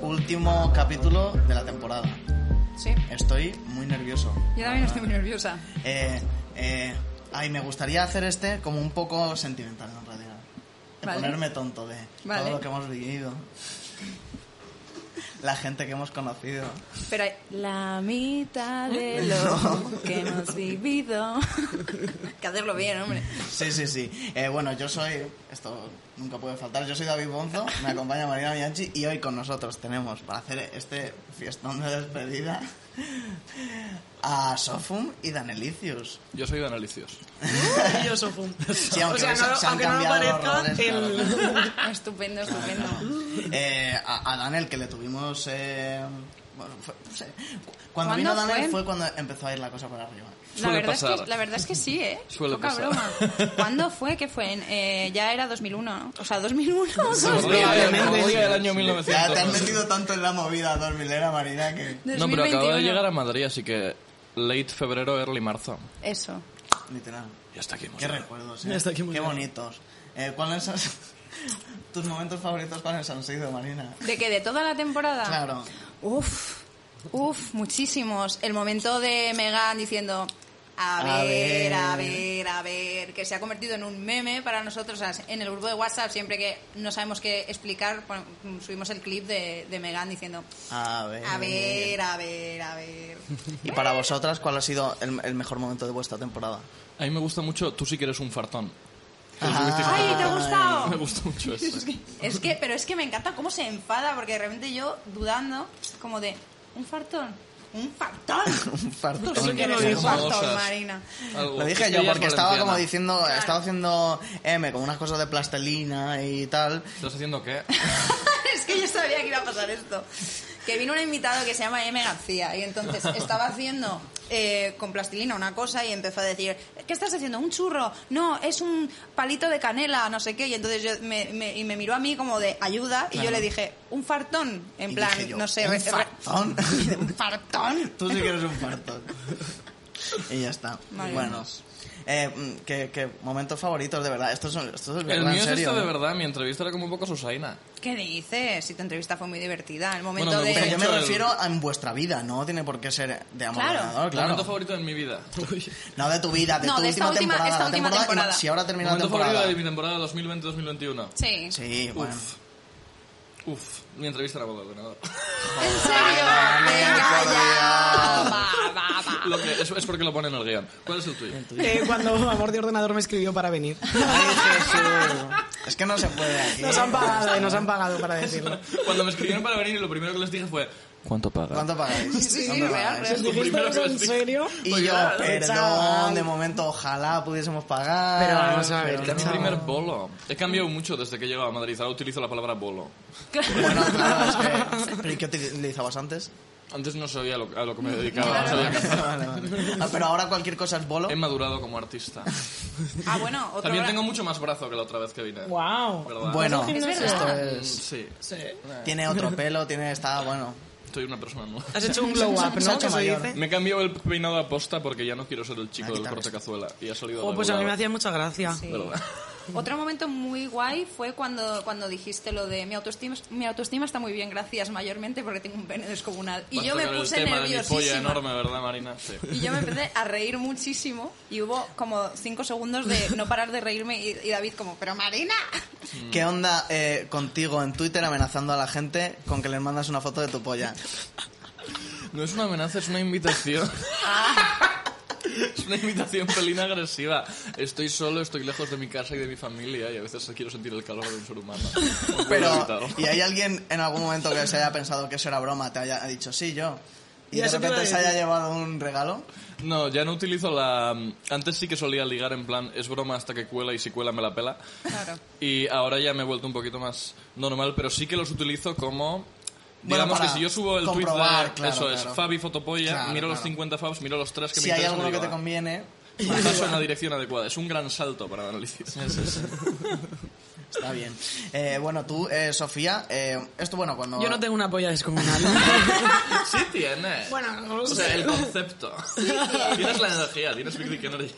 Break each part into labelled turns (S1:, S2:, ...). S1: último capítulo de la temporada.
S2: Sí.
S1: Estoy muy nervioso.
S2: Yo también estoy muy nerviosa.
S1: Eh, eh, ay, me gustaría hacer este como un poco sentimental, en realidad. De
S2: Vale.
S1: Ponerme tonto de
S2: Vale.
S1: todo lo que hemos vivido. La gente que hemos conocido.
S2: Pero hay- la mitad de lo que hemos vivido. que hacerlo bien, hombre.
S1: Sí, sí, sí. Eh, bueno, yo soy, esto nunca puede faltar, yo soy David Bonzo, me acompaña Marina Bianchi y hoy con nosotros tenemos para hacer este fiestón de despedida a Sofum y Danelicius.
S3: Yo soy de Analicios.
S4: Y yo soy Fum.
S1: Sí, aunque
S4: o sea,
S1: se-
S4: no,
S1: se han
S4: aunque no lo
S1: cambiado los
S4: parezca,
S1: roles,
S4: el...
S1: claro, claro.
S2: Estupendo, estupendo.
S1: Eh, a, a Danel, que le tuvimos... eh, bueno, fue- no sé. Cu- Cuando
S2: ¿Cuándo
S1: vino Danel
S2: fue?
S1: fue cuando empezó a ir la cosa para arriba.
S2: La
S3: Suele
S2: verdad, es que,
S3: pasar.
S2: la verdad es que sí, ¿eh?
S3: Suele
S2: Poca
S3: pasar.
S2: broma. ¿Cuándo fue? ¿Qué fue? En, eh, ya era 2001, ¿no? O sea, 2001.
S1: Probablemente.
S3: Hoy del año
S1: Ya te has
S3: 1900.
S1: metido tanto en la movida dormilera, Marina, que
S3: No, pero acabo de
S2: 2021.
S3: llegar a Madrid, así que late febrero, early marzo.
S2: Eso.
S1: literal.
S3: Ya está aquí. hemos
S1: Qué
S3: llegado.
S1: recuerdos,
S4: Ya
S1: eh.
S4: está aquí muy
S1: Qué
S4: bien.
S1: bonitos. Eh, ¿Cuáles han- tus momentos favoritos cuáles han sido, Marina?
S2: ¿De que ¿De toda la temporada?
S1: Claro.
S2: Uf, uf, muchísimos. El momento de Megan diciendo, a,
S1: A
S2: ver,
S1: ver.
S2: a ver, a ver, que se ha convertido en un meme para nosotros o sea, en el grupo de WhatsApp. Siempre que no sabemos qué explicar, pon- subimos el clip de, de Megan diciendo,
S1: A ver.
S2: a ver, a ver, a ver.
S1: Y para vosotras, ¿cuál ha sido el, el mejor momento de vuestra temporada?
S3: A mí me gusta mucho, tú sí que eres un fartón. Que
S1: Ah.
S3: estuviste
S2: ¡Ay, te ha
S3: con- Me
S2: gustado!
S3: gusta mucho eso. eh.
S2: Es que, pero es que me encanta cómo se enfada, porque de repente yo dudando, como de, un fartón, un fartón.
S1: Un fartón.
S2: Pues
S4: Eso que lo
S2: Eres un
S4: dijo.
S2: fartón,
S3: Cosas.
S2: Marina.
S3: Algo.
S1: Lo dije
S3: Ella
S1: yo
S3: es
S1: porque estaba
S3: valenciana.
S1: como diciendo, estaba haciendo M con unas cosas de plastelina y tal.
S3: ¿Estás haciendo qué?
S2: Es que yo sabía que iba a pasar esto. Que vino un invitado que se llama M. García y entonces estaba haciendo eh, con plastilina una cosa y empezó a decir, ¿qué estás haciendo? ¿Un churro? No, es un palito de canela, no sé qué. Y entonces yo me, me- y me miró a mí como de ayuda y yo le dije, un fartón, en
S1: Y
S2: plan,
S1: dije yo,
S2: no sé, re-
S1: Un
S2: re-
S1: fartón.
S2: un fartón.
S1: Tú sí que eres un fartón. Y ya está.
S2: Vale.
S1: Bueno. Eh, mm, ¿qué, qué momentos favoritos, de verdad. Esto es, esto es
S3: El
S1: verdad,
S3: mío
S1: en
S3: es
S1: serio.
S3: este de
S1: ¿eh?
S3: verdad, mi entrevista era como un poco Susaina.
S2: ¿Qué dices? Si tu entrevista fue muy divertida, el momento
S3: Bueno, me
S2: de...
S1: Pero yo me
S3: Mucho el-
S1: refiero a en vuestra vida, no tiene por qué ser de amor
S2: Claro.
S1: ganador,
S3: El Momento
S1: claro.
S3: favorito de mi vida.
S1: No de tu vida, de
S2: No,
S1: tu
S2: de esta
S1: última
S2: última-
S1: temporada.
S2: esta
S1: la
S2: última temporada.
S1: Si ahora termina la
S3: Momento favorito
S1: temporada.
S3: de mi temporada 2020-2021.
S2: Sí.
S1: Sí, bueno.
S3: Uf. Uf, mi entrevista era con el ordenador.
S2: ¿En serio? Venga ya. Va, va, va.
S3: Lo que- es, es porque lo pone en el guión. ¿Cuál es el tuyo?
S4: eh, cuando Amor de Ordenador me escribió para venir.
S1: Ay, Jesús. Es que no se puede aquí.
S4: Nos han pagado, eh, nos han pagado para decirlo.
S3: Cuando me escribieron para venir, lo primero que les dije fue: ¿Cuánto paga?
S1: ¿Cuánto pagáis?
S2: Sí, sí,
S1: ¿Cuánto
S2: real,
S1: pagáis?
S2: real.
S3: lo
S4: ¿Dijiste
S3: primero
S4: eso
S3: que
S4: en
S3: les-
S4: serio?
S1: Y yo, perdón,
S4: chaval.
S1: de momento ojalá pudiésemos pagar.
S4: Pero vamos a ver,
S1: pero
S3: Era mi
S1: no.
S3: primer bolo. He cambiado mucho desde que he llegado a Madrid. Ahora utilizo la palabra bolo.
S1: Bueno, claro, es que... ¿Pero ¿y qué utilizabas antes?
S3: Antes no sabía lo- a lo que me dedicaba. no sabía qué hacer.
S1: Vale, vale. Ah, pero ahora cualquier cosa es bolo.
S3: He madurado como artista.
S2: Ah, bueno, otro...
S3: También
S2: bra-
S3: tengo mucho más brazo que la otra vez que vine.
S4: ¡Wow!
S3: ¿Verdad?
S1: Bueno, pues,
S4: Es
S2: verdad.
S1: esto
S3: Mm,
S1: es...
S3: Sí,
S1: Tiene otro pelo, tiene... Está bueno.
S3: soy una persona nueva.
S4: Has hecho un glow up,
S1: Se ha
S4: ¿no?
S1: hecho
S4: Que se
S1: mayor.
S4: dice.
S3: Me he cambiado el peinado a posta porque ya no quiero ser el
S1: Ah,
S3: chico del
S1: guitarrista.
S3: corte cazuela. Y ha salido
S4: Oh,
S3: de
S4: pues a
S3: algún
S4: mí me
S3: lado.
S4: hacía mucha gracia.
S2: Sí.
S3: ¿Verdad?
S2: Otro momento muy guay fue cuando, cuando dijiste lo de mi autoestima, mi autoestima está muy bien, gracias, mayormente porque tengo un pene descomunal. Y
S3: Vas
S2: yo me
S3: tocar el
S2: puse
S3: tema de mi polla
S2: nerviosísima.
S3: enorme, ¿verdad, Marina? Sí.
S2: Y yo me empecé a reír muchísimo y hubo como cinco segundos de no parar de reírme y, y David como, pero Marina.
S1: ¿Qué onda eh, contigo en Twitter amenazando a la gente con que les mandas una foto de tu polla?
S3: No es una amenaza, es una invitación.
S1: Ah.
S3: es una invitación pelín agresiva. Estoy solo, estoy lejos de mi casa y de mi familia y a veces quiero sentir el calor de un ser humano. No puedo
S1: Pero,
S3: evitarlo.
S1: ¿y hay alguien en algún momento que se haya pensado que eso era broma, te haya dicho sí, yo? Y
S4: Ya,
S1: de
S4: eso te iba
S1: repente se
S4: a
S1: haya llevado un regalo.
S3: No, ya no utilizo la... Antes sí que solía ligar en plan, es broma hasta que cuela y si cuela me la pela.
S2: Claro.
S3: Y ahora ya me he vuelto un poquito más normal, pero sí que los utilizo como...
S1: Bueno,
S3: Digamos
S1: para
S3: que si yo subo el tweet de...
S1: comprobar, claro,
S3: eso es,
S1: claro.
S3: Fabi Fotopolla,
S1: Claro,
S3: miro los
S1: claro.
S3: 50 Fabs, miro los 3 que
S1: Si
S3: me
S1: hay
S3: interesan.
S1: alguno
S3: y
S1: que
S4: ¿eh?
S1: te
S3: digo,
S1: conviene,
S3: "Ah, Paso en la dirección adecuada. Es un gran salto para análisis.
S1: está bien. Eh, bueno, tú, eh, Sofía, eh, esto bueno, cuando...
S4: Yo no tengo una polla descomunal.
S3: Sí tiene.
S4: Bueno, no lo
S3: o sea,
S4: sé.
S3: el concepto. tienes la energía, tienes Big Dick Energy.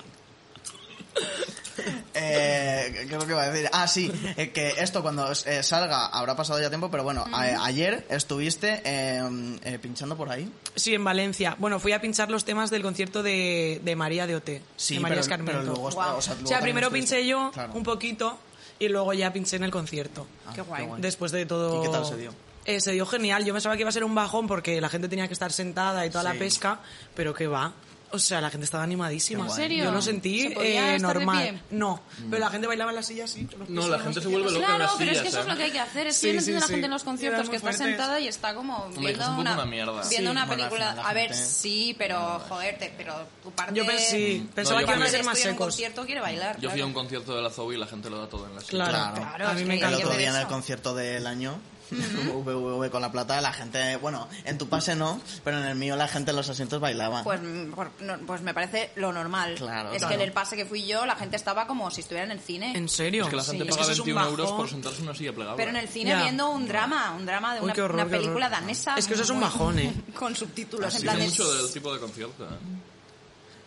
S1: Eh, ¿Qué es lo que iba a decir? Ah, sí, eh, que esto cuando eh, salga habrá pasado ya tiempo, pero bueno, a- ayer estuviste eh, eh, pinchando por ahí.
S4: Sí, en Valencia. Bueno, fui a pinchar los temas del concierto de, de María de Ote.
S1: Sí,
S4: de María
S1: pero,
S4: Escarmiento.
S1: pero luego...
S2: Guau.
S1: O sea, luego
S4: o sea,
S1: también
S4: primero
S1: estuviste-
S4: pinché yo
S1: Claro.
S4: un poquito y luego ya pinché en el concierto.
S1: Ah,
S2: Qué guay. Bueno.
S4: Después de todo...
S1: ¿Y qué tal se dio?
S4: Eh, se dio genial. Yo pensaba que iba a ser un bajón porque la gente tenía que estar sentada y toda
S1: Sí.
S4: la pesca, pero que va. O sea, la gente estaba animadísima.
S1: Qué guay. Mm.
S2: ¿En serio?
S4: Yo no sentí
S2: ¿Se podía
S4: eh,
S2: estar de pie?
S4: normal. No, pero la gente bailaba en la silla así. con los
S3: No,
S4: pies
S3: la
S4: en
S3: gente se
S4: silla.
S3: vuelve loca en
S2: Claro,
S3: las
S2: pero es que
S3: sillas, ¿eh?
S2: eso es lo que hay
S3: ¿sabes?
S2: que hacer. Es
S4: Sí,
S2: que yo no entiendo
S4: sí,
S2: a la gente
S4: sí.
S2: en los conciertos
S4: Eran
S2: que
S4: muy
S2: está
S4: fuertes.
S2: sentada y está como
S3: que
S2: viendo
S3: es un poco
S2: una,
S3: una mierda.
S2: Viendo
S1: Sí,
S2: una
S1: bueno, al
S2: película.
S1: final la
S2: a ver,
S1: gente-
S2: sí, pero joderte, pero tu parte.
S4: Yo pensé, sí,
S2: tu
S4: pensaba
S3: No,
S4: que
S3: yo
S4: iban a
S2: parte
S4: ser
S2: de
S4: más
S2: estudiar un
S4: secos.
S2: concierto quiere bailar.
S3: Yo fui a un
S2: claro.
S3: concierto de la Zoe y la gente lo da todo en la silla.
S4: Claro,
S1: Claro.
S4: a mí
S2: es
S4: me
S1: El
S2: que
S4: encantó.
S1: otro
S2: ayer
S1: día en el
S2: eso.
S1: concierto del año, VVV con la plata, la gente, bueno, en tu pase no, pero en el mío la gente en los asientos bailaba.
S2: Pues, mm, por- no, pues me parece lo normal.
S1: Claro,
S2: es
S1: claro.
S2: que en el pase que fui yo, la gente estaba como si estuviera en el cine.
S4: ¿En serio?
S3: Es que la gente
S4: Sí.
S3: paga
S4: eso es un
S3: 21 euros
S4: bajón.
S3: por sentarse en una silla plegable.
S2: Pero en el cine
S4: Ya.
S2: viendo un drama, un drama de
S4: Uy,
S2: una,
S4: qué horror,
S2: una
S4: qué
S2: película
S4: horror.
S2: danesa.
S4: Es que eso es un
S2: muy-
S4: bajón, ¿eh?
S2: Con subtítulos, en
S3: Así
S2: plan
S3: que
S2: de...
S3: mucho del tipo de concierto. ¿eh?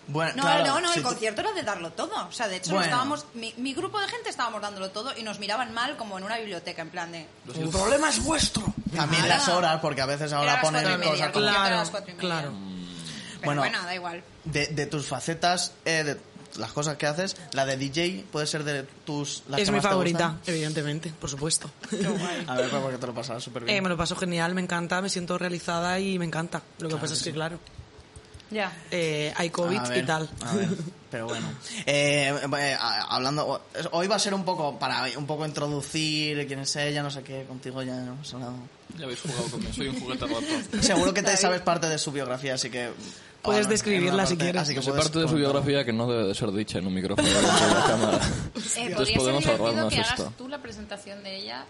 S1: Bueno,
S2: No,
S1: claro,
S2: no, no,
S1: si
S2: el
S1: tú-
S2: concierto era de darlo todo. O sea, de hecho,
S1: Bueno.
S2: estábamos, mi, mi grupo de gente estábamos dándolo todo y nos miraban mal como en una biblioteca, en plan de...
S3: Lo siento.
S4: problema es vuestro.
S1: También
S2: Nada.
S1: las horas, porque a veces
S2: Era
S1: ahora
S2: las
S1: ponen
S2: cuatro y media,
S1: cosas
S2: el
S1: como...
S2: concierto era a las
S4: Claro,
S2: cuatro y media.
S4: claro.
S1: Mm,
S2: Pero
S1: Bueno.
S2: bueno, da igual.
S1: De, de tus facetas, eh, de las cosas que haces, la de DJ puede ser de tus... Las
S4: Es
S1: que
S4: mi
S1: más te
S4: favorita,
S1: gustan?
S4: evidentemente, por supuesto.
S1: A ver, pero porque te lo pasarás súper bien.
S4: Eh, me lo paso genial, me encanta, me siento realizada y me encanta. Lo que pasa es que, claro,
S2: Ya.
S4: eh, hay
S1: A
S4: COVID
S1: ver,
S4: y tal.
S1: a ver, pero bueno. Eh, eh, a- hablando, hoy va a ser un poco para un poco introducir quién es ella, no sé qué, contigo ya hemos hablado.
S3: Ya habéis jugado conmigo. Soy un juguete roto.
S1: Seguro que te sabes parte de su biografía, así que
S4: Puedes
S1: en
S4: describirla
S1: una
S4: si quieres.
S1: Así que
S3: Que pues, sé
S1: puedes
S3: parte de su
S1: comentar.
S3: biografía que no debe de ser dicha en un micrófono de la cámara.
S2: Eh, podría ser
S3: Entonces podemos
S2: divertido
S3: ahorrarnos
S2: que hagas
S3: esto.
S2: tú la presentación de ella.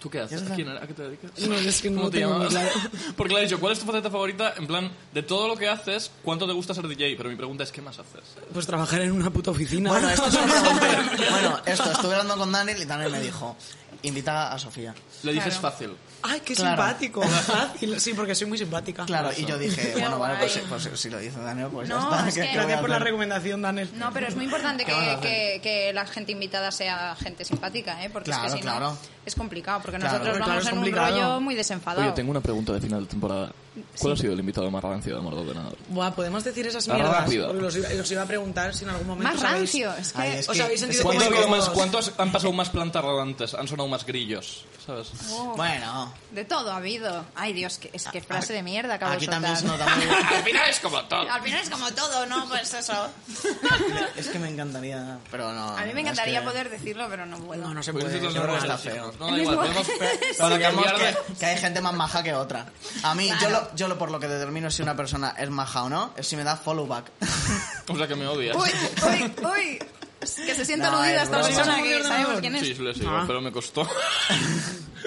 S3: ¿Tú qué haces? ¿A, quién eres? ¿A qué te dedicas?
S4: No, es que no
S3: ¿Cómo te
S4: tengo muy
S3: llamas? Porque le he dicho, ¿cuál es tu faceta favorita? En plan, de todo lo que haces, ¿cuánto te gusta ser DJ? Pero mi pregunta es, ¿qué más haces?
S4: Pues trabajar en una puta oficina.
S1: Bueno, esto es un pregunta. Bueno, esto, estuve hablando con Daniel y Daniel me dijo, invita a Sofía.
S3: Le dices fácil.
S4: Ay, qué
S1: Claro.
S4: simpático. Fácil. Sí, porque soy muy simpática.
S1: Claro, y yo dije, bueno, vale, pues,
S2: guay.
S1: sí, pues si lo dice Daniel, pues
S2: No,
S1: ya está.
S2: es que-
S1: voy a
S4: Gracias por la
S1: hacer?
S4: recomendación, Daniel.
S2: No, pero es muy importante
S1: ¿Qué vas a
S2: que,
S1: hacer?
S2: que, que la gente invitada sea gente simpática, ¿eh? Porque es
S1: Claro,
S2: que si
S1: claro.
S2: no, es complicado, porque
S1: Claro,
S2: nosotros
S4: claro,
S2: vamos
S4: es
S2: en un
S4: complicado.
S2: rollo muy desenfadado.
S3: Oye, tengo una pregunta de final de temporada. ¿Cuál ha sido el invitado más rancio de Amor de Ordenador?
S4: Buah, podemos decir esas
S3: Ahora
S4: mierdas.
S3: rápido.
S4: Porque los iba, los iba a preguntar si en algún momento.
S2: Más
S4: sabéis.
S2: rancio, es que...
S1: Ay, es
S4: Os
S1: que-
S4: habéis sentido
S3: ¿Cuántos,
S4: como incómodos.
S3: más- cuántos han pasado más plantas rodantes? ¿Han sonado más grillos? ¿Sabes?
S2: Uf,
S1: Bueno,
S2: De todo ha habido. Ay, Dios, que, es que frase de mierda acabo
S1: aquí
S2: de
S1: también
S2: soltar.
S1: se nota muy...
S3: Al final es como todo.
S2: Al final es como todo, ¿no? Pues eso.
S1: Es que me encantaría, pero no.
S2: A mí me
S1: es
S2: encantaría
S1: que-
S2: poder decirlo, pero no puedo.
S4: No, no se
S3: Pues
S4: puede.
S3: eso es
S1: yo creo que
S3: normal,
S1: está
S3: chicos.
S1: feo.
S3: No, da igual, podemos
S1: Bueno, que,
S3: cambiar de...
S1: que- que hay gente más maja que otra. A mí, yo, lo, yo lo por lo que determino si una persona es maja o no, es si me da follow back.
S3: O sea, que me odias.
S2: Uy, uy, uy. Que se sienta
S1: No,
S2: aludida
S1: es
S2: esta
S1: broma.
S2: persona
S4: Sí,
S2: que sabemos quién es.
S3: Sí, le sigo,
S4: Ah.
S3: pero me costó.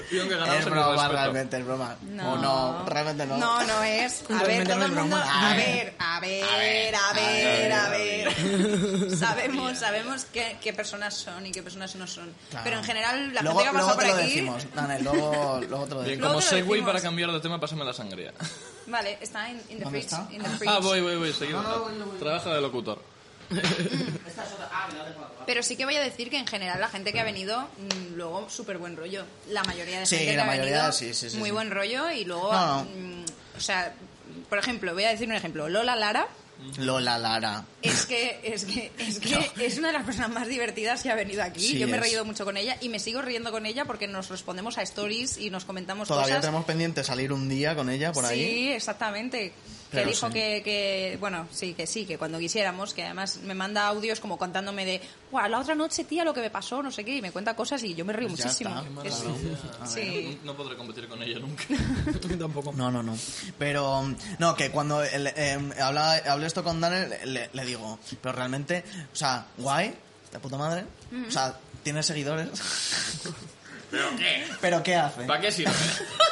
S3: Tuvieron que ganarse
S1: es
S3: mi respeto.
S1: broma, realmente, es broma. O no, realmente no.
S2: No, no es. A ver,
S4: Realmente
S2: todo
S4: no
S2: el
S4: es
S2: mundo.
S4: broma.
S2: A ver, a ver, a ver, a ver. Sabemos, sabemos qué, qué personas son y qué personas no son.
S1: Claro.
S2: Pero en general, la
S1: luego,
S2: gente que ha
S1: luego
S2: pasado
S1: te
S2: por
S1: lo
S2: aquí.
S1: decimos. Dani, luego, luego te lo decimos.
S3: Bien,
S2: Luego
S3: como
S2: te lo
S3: segue
S2: decimos.
S3: para cambiar de tema, pásame la sangría.
S2: Vale, está en in the
S1: ¿Dónde
S2: fridge.
S1: está?
S2: in the fridge.
S3: Ah, voy, voy, voy, seguido. Trabaja de locutor.
S2: Pero sí que voy a decir que en general la gente que ha venido, mm, luego súper buen rollo. La mayoría de
S1: Sí,
S2: gente
S1: la
S2: que
S1: mayoría,
S2: ha venido,
S1: sí, sí, sí,
S2: muy
S1: sí.
S2: buen rollo y luego,
S1: No, no.
S2: mm, o sea, por ejemplo, voy a decir un ejemplo. Lola Lara
S1: Lola Lara.
S2: es que es que es que es una de las personas más divertidas que ha venido aquí.
S1: Sí,
S2: Yo me he
S1: es.
S2: reído mucho con ella y me sigo riendo con ella porque nos respondemos a stories y nos comentamos
S1: Todavía
S2: cosas.
S1: tenemos pendiente salir un día con ella por ahí.
S2: Sí, exactamente. Que
S1: Pero
S2: dijo
S1: sí.
S2: que, que, bueno, sí, que sí, que cuando quisiéramos, que además me manda audios como contándome de, guau, la otra noche, tía, lo que me pasó, no sé qué, y me cuenta cosas y yo me río
S1: Pues ya
S2: muchísimo.
S1: está.
S2: Es-
S1: Claro.
S2: sí.
S3: No podré competir con ella nunca.
S4: Tampoco.
S1: No, no, no. Pero, mm, no, que cuando el- em, habla- hablé esto con Daniel, le, le digo, pero realmente, o sea, guay, de puta madre. O sea, tiene seguidores.
S3: ¿Pero qué?
S1: ¿Pero qué hace?
S3: ¿Para qué sirve?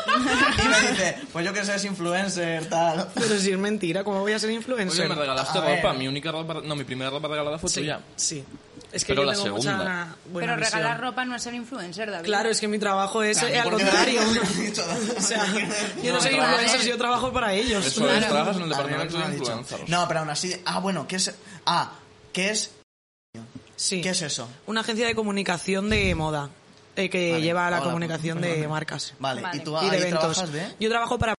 S1: Y me dice, pues yo que sé, es influencer, tal.
S4: Pero si es mentira, ¿cómo voy a ser
S3: Oye,
S4: influencer?
S3: me regalaste
S1: A ver.
S3: ropa. Mi única ropa... No, mi primera ropa regalada fue
S4: sí,
S3: tuya.
S4: sí. Es que
S3: Pero
S4: yo
S3: la
S4: tengo
S3: segunda.
S4: mucha buena
S2: Pero
S4: visión.
S2: regalar ropa no es ser influencer, David.
S4: Claro, es que mi trabajo es eh, al
S1: ¿Por qué me
S4: contrario.
S1: has dicho?
S4: O sea, yo no soy
S2: claro.
S4: influencer, yo trabajo para ellos.
S3: Eso es, trabajas en el
S1: También
S3: departamento
S1: me
S3: de
S1: has dicho.
S3: influencers.
S1: No, pero aún así. Ah, bueno, ¿qué es? Ah, ¿qué es?
S4: Sí.
S1: ¿Qué es eso?
S4: Una agencia de comunicación de moda eh, que
S1: Vale,
S4: lleva la
S1: hola,
S4: comunicación de
S1: perdón.
S4: marcas
S1: Vale,
S2: Vale.
S1: ¿y tú
S4: y
S1: ahí
S4: de eventos.
S1: trabajas de...?
S4: Yo trabajo para,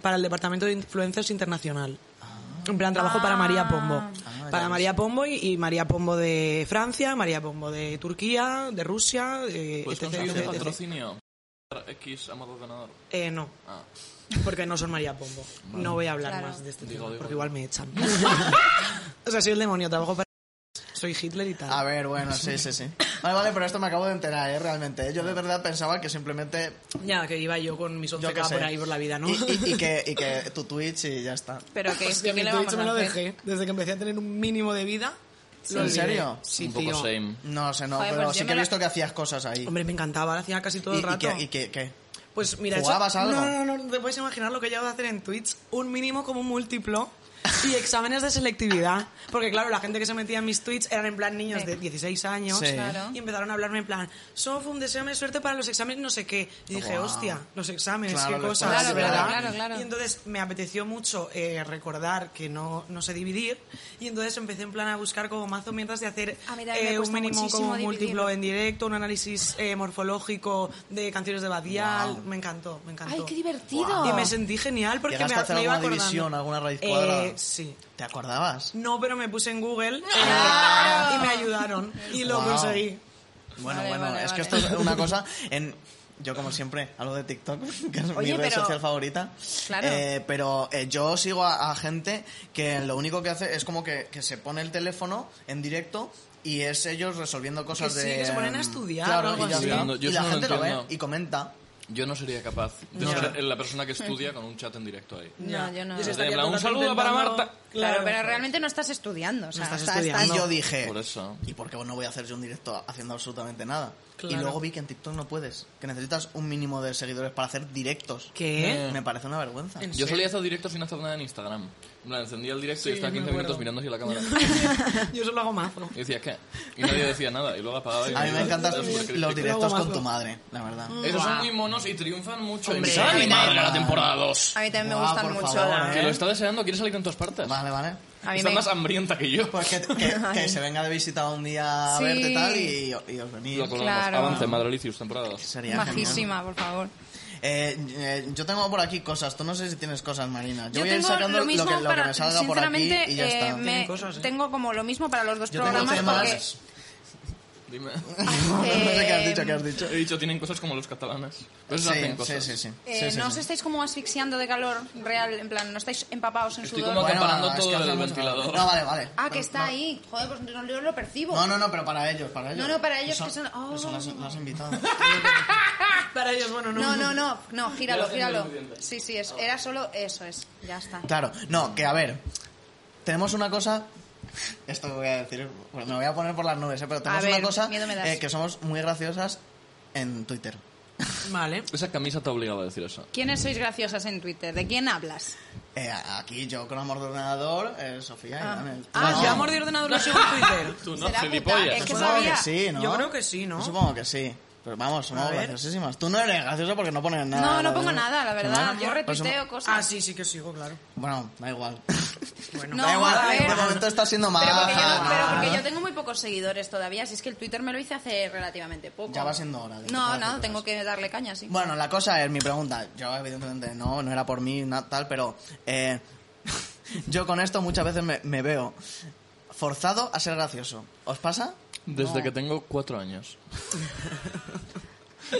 S4: para el departamento de influencers internacional. En plan, trabajo para
S2: Ah.
S4: María Pombo.
S1: Ah, ya
S4: para
S1: ves.
S4: María Pombo y, y María Pombo de Francia, María Pombo de Turquía, de Rusia, de,
S3: ¿Puedes
S4: etc,
S3: conseguir Pues un
S4: etc, etc.
S3: patrocinio? X a modo ordenador.
S4: Eh, no,
S3: Ah,
S4: porque no son María Pombo. No voy a hablar
S2: Claro.
S4: más de este
S3: Digo,
S4: tema,
S3: digo,
S4: porque
S3: digo.
S4: igual me echan. o sea, soy el demonio, trabajo para... Soy Hitler y tal.
S1: A ver, bueno, sí, sí, sí. Vale, vale, pero esto me acabo de enterar, ¿eh? Realmente. Yo de verdad pensaba que simplemente...
S4: Ya, que iba yo con mis
S1: Yo qué
S4: 11k
S1: sé.
S4: por ahí por la vida, ¿no?
S1: Y, y- y que, y que tu Twitch y ya está.
S2: Pero que
S4: Hostia,
S2: ¿qué
S4: mi
S2: le
S4: Twitch
S2: vamos
S4: me
S2: a
S4: lo
S2: hacer?
S4: dejé. Desde que empecé a tener un mínimo de vida. lo
S1: ¿En
S4: olvidé.
S1: serio?
S4: Sí,
S3: un poco
S4: tío.
S3: shame.
S1: No sé, no,
S2: Joder,
S1: pero
S2: pues yo
S1: sí
S2: me
S1: que he
S2: la-
S1: visto que hacías cosas ahí.
S4: Hombre, me encantaba, lo hacía casi todo
S1: ¿Y,
S4: el
S1: y
S4: rato.
S1: qué? y qué- qué?
S4: Pues mira, eso-
S1: ¿Jugabas algo?
S4: No, no, no, no te puedes imaginar lo que he llegado a hacer en Twitch. Un mínimo como un múltiplo y exámenes de selectividad. Porque claro, la gente que se metía en mis tweets eran en plan niños de 16 años.
S1: Sí.
S2: Claro.
S4: Y empezaron a hablarme en plan, fue un deseo de suerte para los exámenes, no sé qué. Y dije,
S1: Guau.
S4: hostia, los exámenes,
S1: Claro,
S4: qué
S1: les
S4: cosas,
S1: puedes
S2: Claro,
S4: ¿verdad?
S2: claro, claro, claro.
S4: Y entonces me apeteció mucho eh, recordar que no, no sé dividir. Y entonces empecé en plan a buscar como mazo mientras de hacer
S2: Ah,
S4: eh,
S2: A mí también me
S4: un
S2: cuesta
S4: mínimo
S2: muchísimo
S4: como
S2: dividir.
S4: múltiplo en directo, un análisis eh, morfológico de canciones de Badial.
S1: Guau.
S4: Me encantó, me encantó.
S2: ¡Ay, qué divertido!
S4: Y me sentí genial porque me,
S1: ¿Llegaste a hacer
S4: me iba
S1: alguna
S4: acordando.
S1: división, alguna raíz cuadrada?
S4: Eh, sí.
S1: ¿Te acordabas?
S4: No, pero me puse en Google eh,
S2: ¡No!
S4: y me ayudaron y lo
S1: Guau.
S4: conseguí.
S1: Bueno,
S2: Vale,
S1: bueno,
S2: vale,
S1: es
S2: vale.
S1: que esto es una cosa en... Yo, como siempre, hablo de TikTok, que es mi
S2: Oye,
S1: red
S2: pero-
S1: social favorita.
S2: Claro.
S1: Eh, pero eh, yo sigo a, a gente que lo único que hace es como que, que se pone el teléfono en directo y es ellos resolviendo cosas
S4: Que sí,
S1: de...
S4: que se ponen a
S1: mm,
S4: estudiar o
S1: Claro,
S4: algo
S1: y, ya
S4: así. Ah,
S1: está.
S3: Yo
S1: Y la
S3: eso no lo
S1: gente lo ve
S3: entiendo.
S1: y comenta.
S3: Yo no sería capaz de
S1: No.
S3: ser la persona que estudia con un chat en directo ahí.
S2: No, yo no.
S4: sí
S2: Yo
S4: estaría
S3: habla,
S4: todo
S3: un
S4: el rato
S3: saludo para
S4: intentando-
S3: Marta.
S2: Claro,
S1: pues.
S2: pero realmente no estás estudiando. O sea,
S4: No estás
S2: está-
S4: estudiando.
S1: Y
S4: No.
S1: yo dije,
S3: Por eso.
S1: ¿y por qué no voy a hacer yo un directo haciendo absolutamente nada?
S4: Claro.
S1: Y luego vi que en TikTok no puedes, que necesitas un mínimo de seguidores para hacer directos.
S4: ¿Qué?
S1: Me parece una vergüenza.
S4: En-
S3: Yo solía hacer directos sin hacer nada en Instagram. En plan, encendía el directo
S4: Sí,
S3: y estaba
S4: me
S3: 15
S4: acuerdo.
S3: minutos mirando hacia la cámara.
S4: Yo solo hago mazo.
S3: Y decía, ¿qué? Y nadie decía nada. Y luego apagaba. y
S1: A mí me
S3: miraba.
S1: encantan
S3: Era supercrítico.
S1: los directos
S4: Luego
S1: con tu
S4: más.
S1: madre, la verdad.
S2: Mm.
S3: Esos son
S4: Buah.
S3: muy monos y triunfan mucho.
S4: Hombre,
S3: y me sale
S2: a
S3: mi
S2: mí
S3: madre
S1: me-
S3: la temporada 2.
S2: A mí también me
S1: Guau,
S2: gustan
S1: por
S2: mucho
S1: favor,
S2: la-
S1: ¿eh?
S3: Que lo está deseando, quiere salir en todas partes.
S1: Vale, vale.
S2: A mí
S3: está
S2: me-
S3: más hambrienta que yo.
S1: Pues que, que- que se venga de visita un día a
S2: Sí.
S1: verte tal y, y os venís.
S3: Lo colgamos.
S2: Claro.
S3: Avance, Madrelicious, temporada 2.
S1: Sería genial.
S2: Majísima, por favor.
S1: Eh, eh, yo tengo por aquí cosas. Tú no sé si tienes cosas, Marina. Yo,
S2: Yo
S1: voy a ir
S2: tengo
S1: sacando
S2: lo mismo
S1: que, lo que
S2: para.
S1: me salga por aquí
S2: sinceramente,
S1: y ya
S2: eh,
S1: está.
S2: me-
S4: cosas, ¿eh?
S2: tengo como lo mismo para los dos
S1: Yo tengo
S2: programas porque. eh,
S1: temas-
S3: Dime.
S1: no sé qué has dicho, qué has dicho.
S3: He dicho, tienen cosas como los catalanes. Pero eso Pues hacen
S1: sí,
S3: cosas.
S1: sí, sí.
S2: eh,
S1: Sí, sí,
S2: no
S1: sí.
S2: os estáis como asfixiando de calor real, en plan, no estáis empapados en
S3: Estoy
S2: sudor.
S3: como
S1: Bueno,
S3: Acaparando
S1: es
S3: todo
S1: que
S3: el
S1: hacemos-
S3: ventilador.
S1: No, vale, vale.
S2: Ah, que
S1: Pero-
S2: está ahí. Joder, pues no, yo lo percibo.
S1: No, no, no, pero para ellos, para ellos.
S2: No, no, para ellos
S1: Son-
S2: que son- oh.
S1: que son las, las invitadas.
S4: Para ellos, bueno, no.
S2: No, no, no, no, gíralo,
S3: Ya,
S2: gíralo.
S3: suficiente.
S2: Sí, sí, es- era solo eso, es, ya está.
S1: Claro, no, que a ver. Tenemos una cosa. Esto que voy a decir. bueno, Me voy a poner por las nubes, ¿eh? pero tenemos
S2: ver,
S1: una cosa
S2: miedo me das.
S1: eh, que somos muy graciosas en Twitter.
S4: Vale.
S3: Esa camisa te ha obligado a decir eso.
S2: ¿Quiénes sois graciosas en Twitter? ¿De quién hablas?
S1: Eh, aquí yo con amor de ordenador, eh, Sofía y
S2: Ah.
S1: Daniel. Tú
S4: Ah,
S1: no.
S4: yo amor de ordenador lo sigo en Twitter.
S3: Tú no,
S2: Será puta,
S3: gilipollas.
S2: es que
S1: Yo
S2: sabe-
S1: supongo
S2: sabía.
S1: que sí, ¿no?
S4: Yo creo que sí, ¿no?
S1: Yo supongo que sí. Pero vamos, somos
S4: A ver.
S1: graciosísimas. Tú no eres graciosa porque no pones nada.
S2: No, no
S1: la
S2: pongo
S1: verdad.
S2: nada, la verdad.
S1: ¿No?
S2: Yo
S1: Pues somos-
S2: retuiteo cosas.
S4: Ah, sí, sí que sigo, claro.
S1: Bueno, da igual.
S4: Bueno,
S2: No,
S1: da
S2: a
S1: igual,
S2: ver.
S1: de momento está siendo más.
S2: Pero porque, yo no- pero porque yo tengo muy pocos seguidores todavía, si es que el Twitter me lo hice hace relativamente poco.
S1: Ya va siendo hora de empezar a
S2: No,
S1: hacer
S2: no, tengo
S1: cosas.
S2: que darle caña, sí.
S1: Bueno, la cosa es, mi pregunta, yo evidentemente no, no era por mí, na- tal, pero eh, yo con esto muchas veces me, me veo forzado a ser gracioso. ¿Os pasa?
S3: Desde que tengo cuatro años.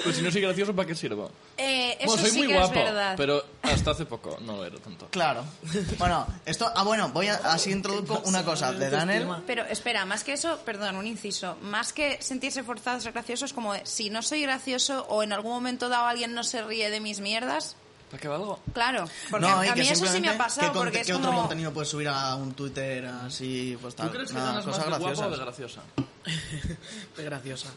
S3: pues si no soy gracioso, ¿para qué sirvo?
S2: Eh, eso
S3: bueno, soy
S2: sí
S3: muy
S2: que
S3: guapo,
S2: es verdad.
S3: pero hasta hace poco no lo era tanto.
S1: Claro. Bueno, esto, ah, bueno, voy a, así introduzco una cosa de Daniel.
S2: Pero espera, más que eso, perdón, un inciso, más que sentirse forzado a ser gracioso es como eh, si no soy gracioso o en algún momento dado alguien no se ríe de mis mierdas,
S3: ¿Para qué valgo?
S2: claro, porque
S1: No, y
S2: a
S1: que
S2: mí eso sí me
S1: simplemente,
S2: ha pasado
S1: ¿qué conte-
S2: porque es
S1: ¿Qué otro
S2: como
S1: contenido puedes subir a un Twitter así? Pues tal,
S3: ¿Tú crees que
S1: nada,
S3: ganas más
S1: cosas
S3: de guapo o
S1: graciosas.
S3: de graciosa?
S4: Qué graciosa.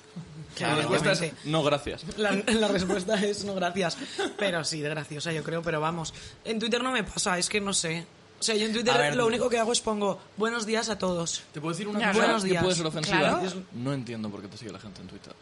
S3: La respuesta es no, gracias.
S4: La, la respuesta es no, gracias. Pero sí, de graciosa, yo creo, pero vamos. En Twitter no me pasa, es que no sé. O sea, yo en Twitter
S1: A ver.
S4: lo único que hago es pongo buenos días a todos.
S3: Te puedo decir una
S4: Ya,
S3: cosa
S4: buenos
S3: que
S4: días.
S3: puede ser ofensiva.
S2: Claro.
S3: No entiendo por qué te sigue la gente en Twitter.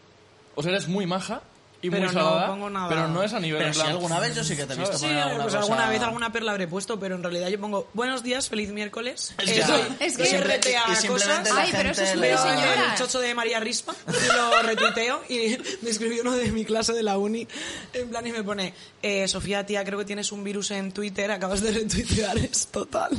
S3: O sea, eres muy maja, y
S4: Pero
S3: muy
S4: no
S3: salada,
S4: pongo nada.
S3: pero no es a nivel
S1: Pero
S3: en
S1: si
S3: plan,
S1: alguna vez yo sí que te he visto
S3: ¿sabes?
S4: Sí,
S1: poner alguna
S4: pues
S1: cosa-
S4: alguna vez alguna perla habré puesto, pero en realidad yo pongo buenos días, feliz miércoles.
S1: Es que-
S4: eh, soy-
S2: es que-
S4: y RTA
S1: y simplemente
S4: cosas.
S1: la
S2: Ay, pero eso
S1: gente
S2: es muy
S1: le-
S4: Veo
S2: Sí, señora.
S4: el chocho de María Rispa y lo retuiteo y me escribió uno de mi clase de la uni en plan y me pone eh, Sofía tía creo que tienes un virus en Twitter acabas de retuitear es total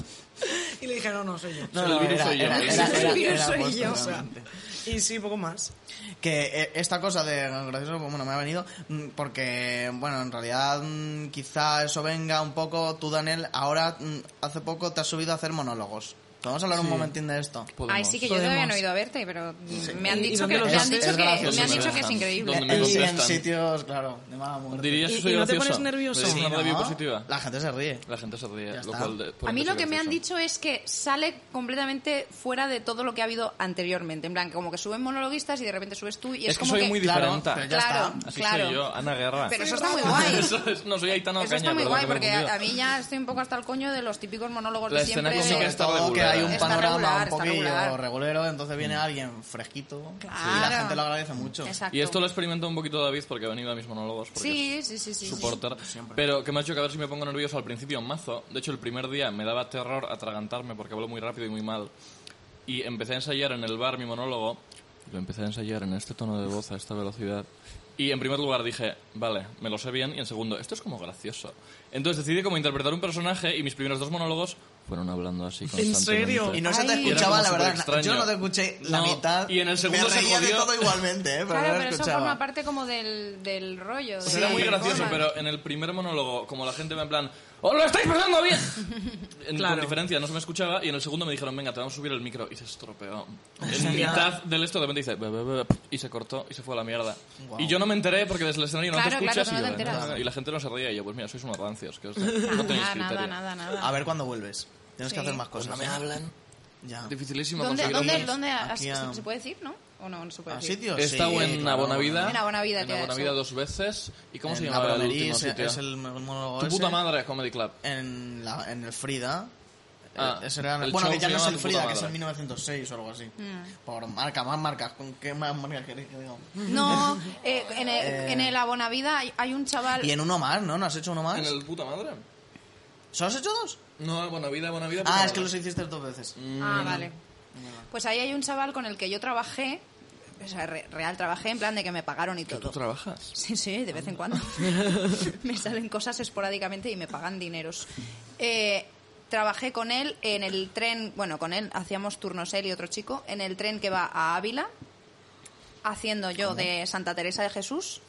S4: y le dije no no soy yo
S1: No,
S3: El
S1: no,
S3: virus
S1: era-
S3: soy yo.
S1: era-
S3: El
S1: era- era-
S2: virus
S1: era
S2: soy
S1: vos,
S2: yo.
S1: totalmente.
S4: y sí poco más
S1: Que eh, esta cosa de gracioso, bueno, me ha venido mm, porque, bueno, en realidad mm, quizá eso venga un poco. Tú, Daniel, ahora mm, hace poco te has subido a hacer monólogos. Vamos a hablar un momentín de esto.
S3: Podemos.
S2: Ay, sí que yo todavía no
S4: Podemos.
S2: he ido a verte, pero me han
S4: ¿Y- y
S2: dicho
S4: dónde
S2: que
S4: los
S2: me han
S4: haces?
S2: dicho
S1: Es
S2: que
S1: gracioso,
S2: me han
S1: me
S2: dicho que es
S3: dejan.
S2: increíble.
S3: ¿Dónde me
S1: En, sí, en
S3: contestan.
S1: sitios, claro, de mala muerte.
S3: ¿Dirías
S4: ¿Y-
S3: que soy
S4: y no te
S3: gracioso?
S4: pones nervioso?
S3: ¿Le dices
S1: Sí,
S3: una radio
S1: ¿no?
S3: positiva?
S1: La gente se ríe.
S3: La gente se ríe.
S1: Ya
S3: lo
S1: está.
S3: cual de- por
S2: A mí
S3: eso
S2: lo que me han
S3: gracioso.
S2: dicho es que sale completamente fuera de todo lo que ha habido anteriormente. En plan, como que suben monologuistas y de repente subes tú y es,
S3: Es que
S2: como
S3: soy
S2: que...
S3: muy
S1: Claro,
S3: diferente.
S1: pero ya
S2: claro,
S1: está.
S3: Así
S2: claro.
S3: soy yo, Ana Guerra.
S2: Pero eso está muy guay.
S3: Eso es- no soy Aitana
S2: Eso
S3: Ocaña,
S2: está muy
S3: perdón,
S2: guay
S3: que me he
S2: porque a,
S3: confundido.
S2: a mí ya estoy un poco hasta el coño de los típicos monólogos
S3: La
S2: de
S3: escena
S2: siempre.
S3: cómica
S1: Sobre
S3: está
S1: todo que
S3: regular. Mm.
S1: hay un
S2: Está
S1: panorama
S2: regular,
S1: un
S2: está
S1: poquillo
S2: regular.
S1: regulero, entonces viene alguien fresquito y
S2: Claro.
S1: la gente lo agradece mucho.
S2: Exacto.
S3: Y esto lo experimento un poquito David porque ha venido a mis monólogos. Porque es-
S2: Sí, sí, sí, sí.
S3: soportar. Pero que me ha hecho que a ver si me pongo nervioso al principio, mazo. De hecho, el primer día me daba terror atragantarme porque hablo muy rápido y muy mal. Y empecé a ensayar en el bar mi monólogo. Lo empecé a ensayar en este tono de voz, a esta velocidad. Y en primer lugar dije, vale, me lo sé bien. Y en segundo, esto es como gracioso. Entonces decidí como interpretar un personaje y mis primeros dos monólogos fueron hablando así constantemente.
S4: serio?
S1: Y no se te
S2: Ay.
S1: escuchaba,
S3: Era
S1: la
S3: como
S1: verdad.
S3: superextraño.
S1: Yo no te escuché la
S3: No,
S1: mitad.
S3: y en el segundo
S1: me
S3: se
S1: reía de
S3: jodió.
S1: todo igualmente, ¿eh? Pero
S2: Claro,
S1: no
S2: pero eso
S1: escuchaba.
S2: forma parte como del, del rollo.
S3: Pues
S2: de
S3: era
S2: la
S3: muy gracioso,
S2: forma.
S3: pero en el primer monólogo, como la gente me en plan, ¡Os lo estáis pasando bien! En, Con
S4: Claro.
S3: diferencia, no se me escuchaba, y en el segundo me dijeron, venga, te vamos a subir el micro, y se estropeó. En mitad del esto de repente dice, "Be, be, be", y se cortó, y se fue a la mierda.
S1: Guau.
S3: Y yo no me enteré, porque desde el escenario no
S2: Claro,
S3: te
S2: claro,
S3: escuchas,
S2: tú no
S3: y, yo,
S2: te enteras.
S3: "Ah", y la gente no se reía, y yo, pues mira, sois unos rancios, que os- no tenéis
S2: Nada, nada,
S3: criterio.
S2: nada, nada.
S1: A ver cuándo vuelves. Tienes que
S2: Sí.
S1: hacer más cosas. ¿eh?
S3: hablan.
S1: Ya.
S3: Dificilísimo
S2: ¿Dónde,
S3: conseguir
S2: dónde,
S3: hombres.
S2: dónde has-
S1: Aquí a-
S2: se puede decir, no? ¿O no, no se puede
S1: ¿A
S2: decir?
S1: sitios?
S3: He estado
S1: Sí,
S3: en
S1: claro.
S3: Abonavida.
S2: En Abonavida,
S3: En
S2: tía,
S3: Abonavida
S2: eso.
S3: dos veces. ¿Y cómo se
S1: En
S3: llamaba el
S1: Abromerí,
S3: último
S1: es-
S3: sitio?
S1: Es el monólogo
S3: Tu puta
S1: ese.
S3: madre, Comedy Club.
S1: En, la, en el Frida.
S3: Ah,
S1: Eh, ese era-
S3: el
S1: bueno,
S3: show
S1: que ya
S3: se
S1: no es
S3: llama
S1: el
S3: Tu puta
S1: Frida, que es
S3: madre.
S1: el 1906 o algo así.
S2: Mm.
S1: Por marca, más marcas. ¿Con qué más marcas queréis que diga?
S2: No, eh, en, el, en el Abonavida hay, hay un chaval...
S1: Y en uno más, ¿no? ¿No has hecho uno más?
S3: ¿En el puta madre?
S1: ¿Solo has hecho dos?
S3: No, buena vida, buena vida.
S1: Ah, es que los hiciste dos veces.
S3: Mm.
S2: Ah, vale. Pues ahí hay un chaval con el que yo trabajé, o sea, re- real trabajé, en plan de que me pagaron y
S3: ¿Tú
S2: todo.
S3: trabajas?
S2: Sí, sí, de vez en cuando. me salen cosas esporádicamente y me pagan dineros. Eh, trabajé con él en el tren, bueno, con él hacíamos turnos él y otro chico, en el tren que va a Ávila, haciendo yo de Santa Teresa de Jesús,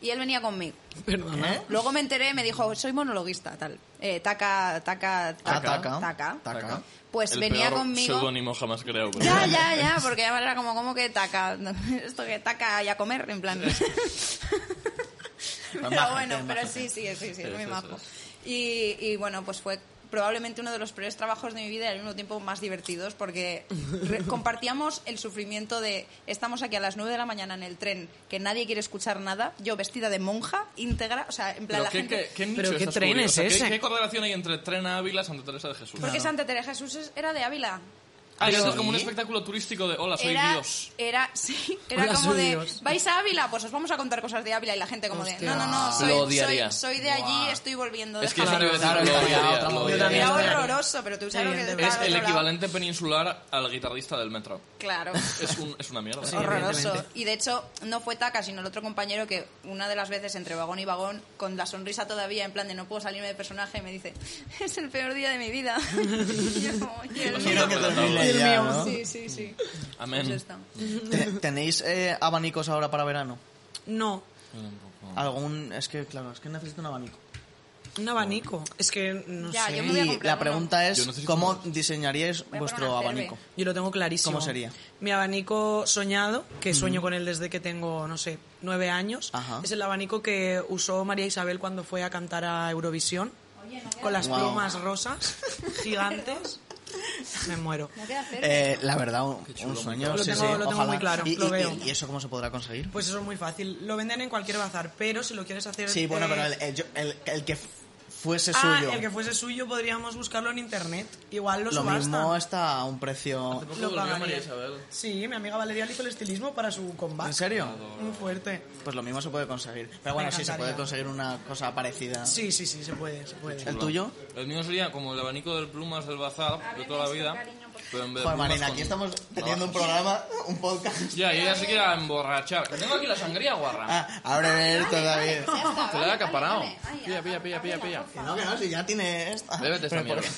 S2: y él venía conmigo.
S4: perdona
S1: ¿Eh?
S2: Luego me enteré, me dijo, soy monologuista, tal. Eh, taca, taca,
S1: Ah,
S2: taca, taca.
S1: Taca.
S2: Pues
S3: El
S2: venía
S3: peor
S2: conmigo.
S3: pseudónimo jamás creo. pero-
S2: Ya, ya, ya, porque ya era como, como que taca, esto que taca y a comer, en plan. pero
S1: maja,
S2: bueno,
S1: es
S2: pero
S1: maja.
S2: sí, sí, sí, sí, es
S3: Sí,
S2: muy
S3: sí,
S2: majo. Y, y bueno, pues fue probablemente uno de los peores trabajos de mi vida y al mismo tiempo más divertidos porque re- compartíamos el sufrimiento de estamos aquí a las 9 de la mañana en el tren que nadie quiere escuchar nada, yo vestida de monja íntegra, o sea, en plan
S3: Pero
S2: la
S3: ¿qué,
S2: gente...
S3: qué, qué nicho
S4: Pero ¿qué
S3: estás
S4: tren
S3: cubriendo? O sea,
S4: es
S3: ¿qué-
S4: ese?
S3: ¿Qué correlación hay entre Tren a Ávila y Santa Teresa de Jesús?
S2: Porque Santa Teresa de Jesús es- era de Ávila.
S3: Ah,
S1: Pero-
S3: eso es como un espectáculo turístico de hola, soy
S2: era,
S3: Dios.
S2: Era, sí, era
S4: Hola,
S2: como
S4: soy
S2: de,
S4: Dios.
S2: ¿vais a Ávila? Pues os vamos a contar cosas de Ávila y la gente como de, no,
S4: Hostia.
S2: no, no, soy,
S3: Lo
S2: soy,
S3: odiaría.
S2: soy de allí, estoy volviendo.
S3: Es que eso
S2: déjame".
S3: te iba a decir,
S1: Claro,
S3: lo
S1: claro,
S3: odiaría,
S1: otra
S3: lo
S1: movida
S3: odiaría.
S2: Era
S1: Lo odiaría.
S2: horroroso, pero tú sabes lo que
S4: Evidentemente.
S2: estaba
S3: Es
S2: al
S3: el
S2: otro lado.
S3: equivalente peninsular al guitarrista del metro.
S2: Claro.
S3: Es, un- es una mierda.
S2: horroroso.
S4: evidentemente.
S2: Y de hecho, no fue Taca, sino el otro compañero que una de las veces entre vagón y vagón, con la sonrisa todavía, en plan de no puedo salirme del personaje, me dice, es el peor día de mi vida. y yo como, "Y el
S1: Quiero que
S2: mío".
S1: termine
S4: El
S1: ya,
S4: mío,
S1: ¿no?
S2: Sí, sí, sí.
S3: Amén.
S2: Pues esto.
S1: Te- ¿Tenéis eh, abanicos ahora para verano?
S4: no
S1: Algún... Es que, claro, es que necesito un abanico.
S4: un abanico es que no
S2: Ya,
S4: sé
S2: Ah, yo me voy a
S1: Y
S2: comprar
S1: la pregunta
S3: Yo
S1: es,
S3: necesito
S1: ¿cómo
S3: uno.
S1: diseñaríais
S2: poner
S1: vuestro
S2: una cerve.
S1: abanico?
S4: Yo lo tengo clarísimo.
S1: ¿Cómo sería?
S4: Mi abanico soñado, que sueño con él desde que tengo, no sé, nueve años,
S1: Ajá.
S4: es el abanico que usó María Isabel cuando fue a cantar a Eurovisión, con las
S1: Guau.
S4: plumas rosas gigantes. Me muero.
S2: No queda cerca.
S1: Eh, la verdad, un, un
S4: Lo
S1: sueño. sí,
S4: tengo-
S1: sí,
S4: lo tengo
S1: ojalá.
S4: muy claro,
S1: ¿Y,
S4: lo
S1: y-
S4: veo.
S1: y- y eso cómo se podrá conseguir?
S4: Pues eso es muy fácil. Lo venden en cualquier bazar, pero si lo quieres hacer...
S1: Sí, bueno,
S4: eh,
S1: pero el, el- yo- el- el que f- fuese
S4: Ah,
S1: suyo.
S4: el que fuese suyo podríamos buscarlo en internet. Igual lo,
S1: Lo
S4: subasta.
S1: mismo está a un precio.
S3: Poco
S4: Lo
S3: durmió
S4: pagaría.
S3: María Isabel.
S4: Sí, mi amiga Valeria le hizo el estilismo para su
S1: ¿En
S4: combate.
S1: serio?
S4: Muy fuerte.
S1: Pues lo mismo se puede conseguir. Pero bueno,
S4: Me
S1: sí, se puede
S4: encantaría.
S1: conseguir una cosa parecida.
S4: Sí, sí, sí, se puede, se puede.
S1: ¿El tuyo?
S3: El mío sería como el abanico del plumas del bazar de toda la vida. Pero en vez de
S1: Pues
S3: plumas
S1: Marina,
S3: con-
S1: aquí estamos teniendo un
S3: navajas.
S1: programa, un podcast.
S3: Ya, y ella se quiere emborrachar. Que Tengo aquí la sangría guarra.
S1: Ah, abre ver todavía.
S3: Te la he acaparado. Pilla, pilla, pilla, pilla, pilla.
S1: Que No, que no, si ya tiene esta.
S3: Bébete esta
S1: Pero por-
S3: mierda.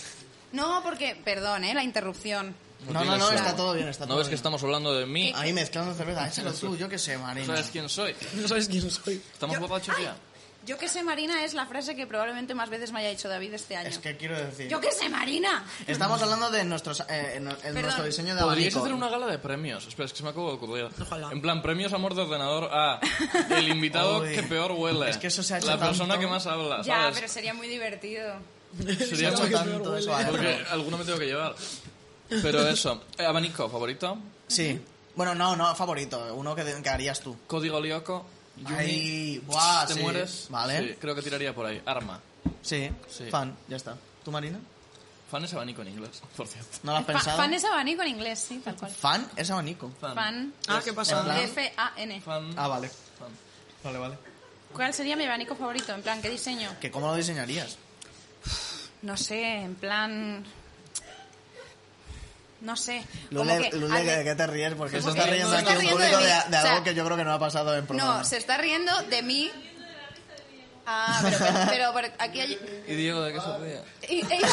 S2: No, porque, perdón, ¿eh? La interrupción.
S1: No, no,
S3: tienes
S1: no,
S3: sed.
S1: está todo bien, está
S3: ¿No
S1: todo
S3: ves que
S1: bien.
S3: estamos hablando de mí?
S1: Ahí mezclando cerveza, échalo tú, yo qué sé,
S3: ¿No
S1: Marina.
S3: sabes quién soy?
S4: No sabes quién soy.
S3: ¿Estamos borrachos ya?
S2: Yo que sé, Marina, es la frase que probablemente más veces me haya dicho David este año.
S1: Es que quiero decir.
S2: Yo que sé, Marina.
S1: Estamos hablando de nuestros, eh, en- en nuestro diseño de
S3: Podríais
S1: abanico.
S3: hacer una gala de premios. Espera, es que se me acabo de ocurrir.
S4: Ojalá.
S3: En plan, premios amor de ordenador a el invitado
S1: Uy.
S3: que peor huele.
S1: Es que eso se ha hecho
S3: La persona
S1: tanto.
S3: que más habla,
S2: Ya,
S3: ¿sabes?
S2: pero sería muy divertido.
S1: Se ha
S3: Sería
S1: hecho
S3: muy-
S1: tanto eso a
S3: Porque
S1: otro.
S3: alguno me tengo que llevar. Pero eso. Eh, abanico, favorito.
S1: Sí. Bueno, no, no, favorito, uno que, que harías tú.
S3: Código Lyoko. Yumi.
S1: Ahí, buah,
S3: ¿Te
S1: sí.
S3: mueres? Sí,
S1: Vale.
S3: creo que tiraría por ahí. Arma.
S1: Sí.
S3: Sí.
S1: fan, ya está. ¿Tú, Marina?
S3: Fan es abanico en inglés, por cierto.
S1: ¿No lo has
S2: Fa-
S1: pensado?
S2: fan es abanico en inglés, sí, tal cual.
S1: Fan es abanico.
S2: Fan.
S4: Ah, ¿qué
S1: En plan-
S4: pasa?
S2: F-A-N.
S3: Fan.
S1: Ah, vale.
S3: fan.
S1: Vale, vale.
S2: ¿Cuál sería mi abanico favorito? En plan, ¿qué diseño?
S1: ¿Que ¿Cómo lo diseñarías?
S2: No sé, en plan... No sé. como
S1: Lule,
S2: que-
S1: Lule,
S2: al-
S1: ¿de qué te ríes? Porque se
S3: Como
S1: está
S3: que-
S1: riendo
S3: se
S1: aquí
S3: está
S1: un
S2: riendo
S1: público
S2: de
S1: de,
S2: mí.
S1: de
S2: O sea,
S1: algo que yo creo que no ha pasado en programa.
S2: No, se está riendo de mí. Ah, pero, pero, pero aquí hay...
S3: ¿Y Diego de qué se ríe?
S2: y- y- es que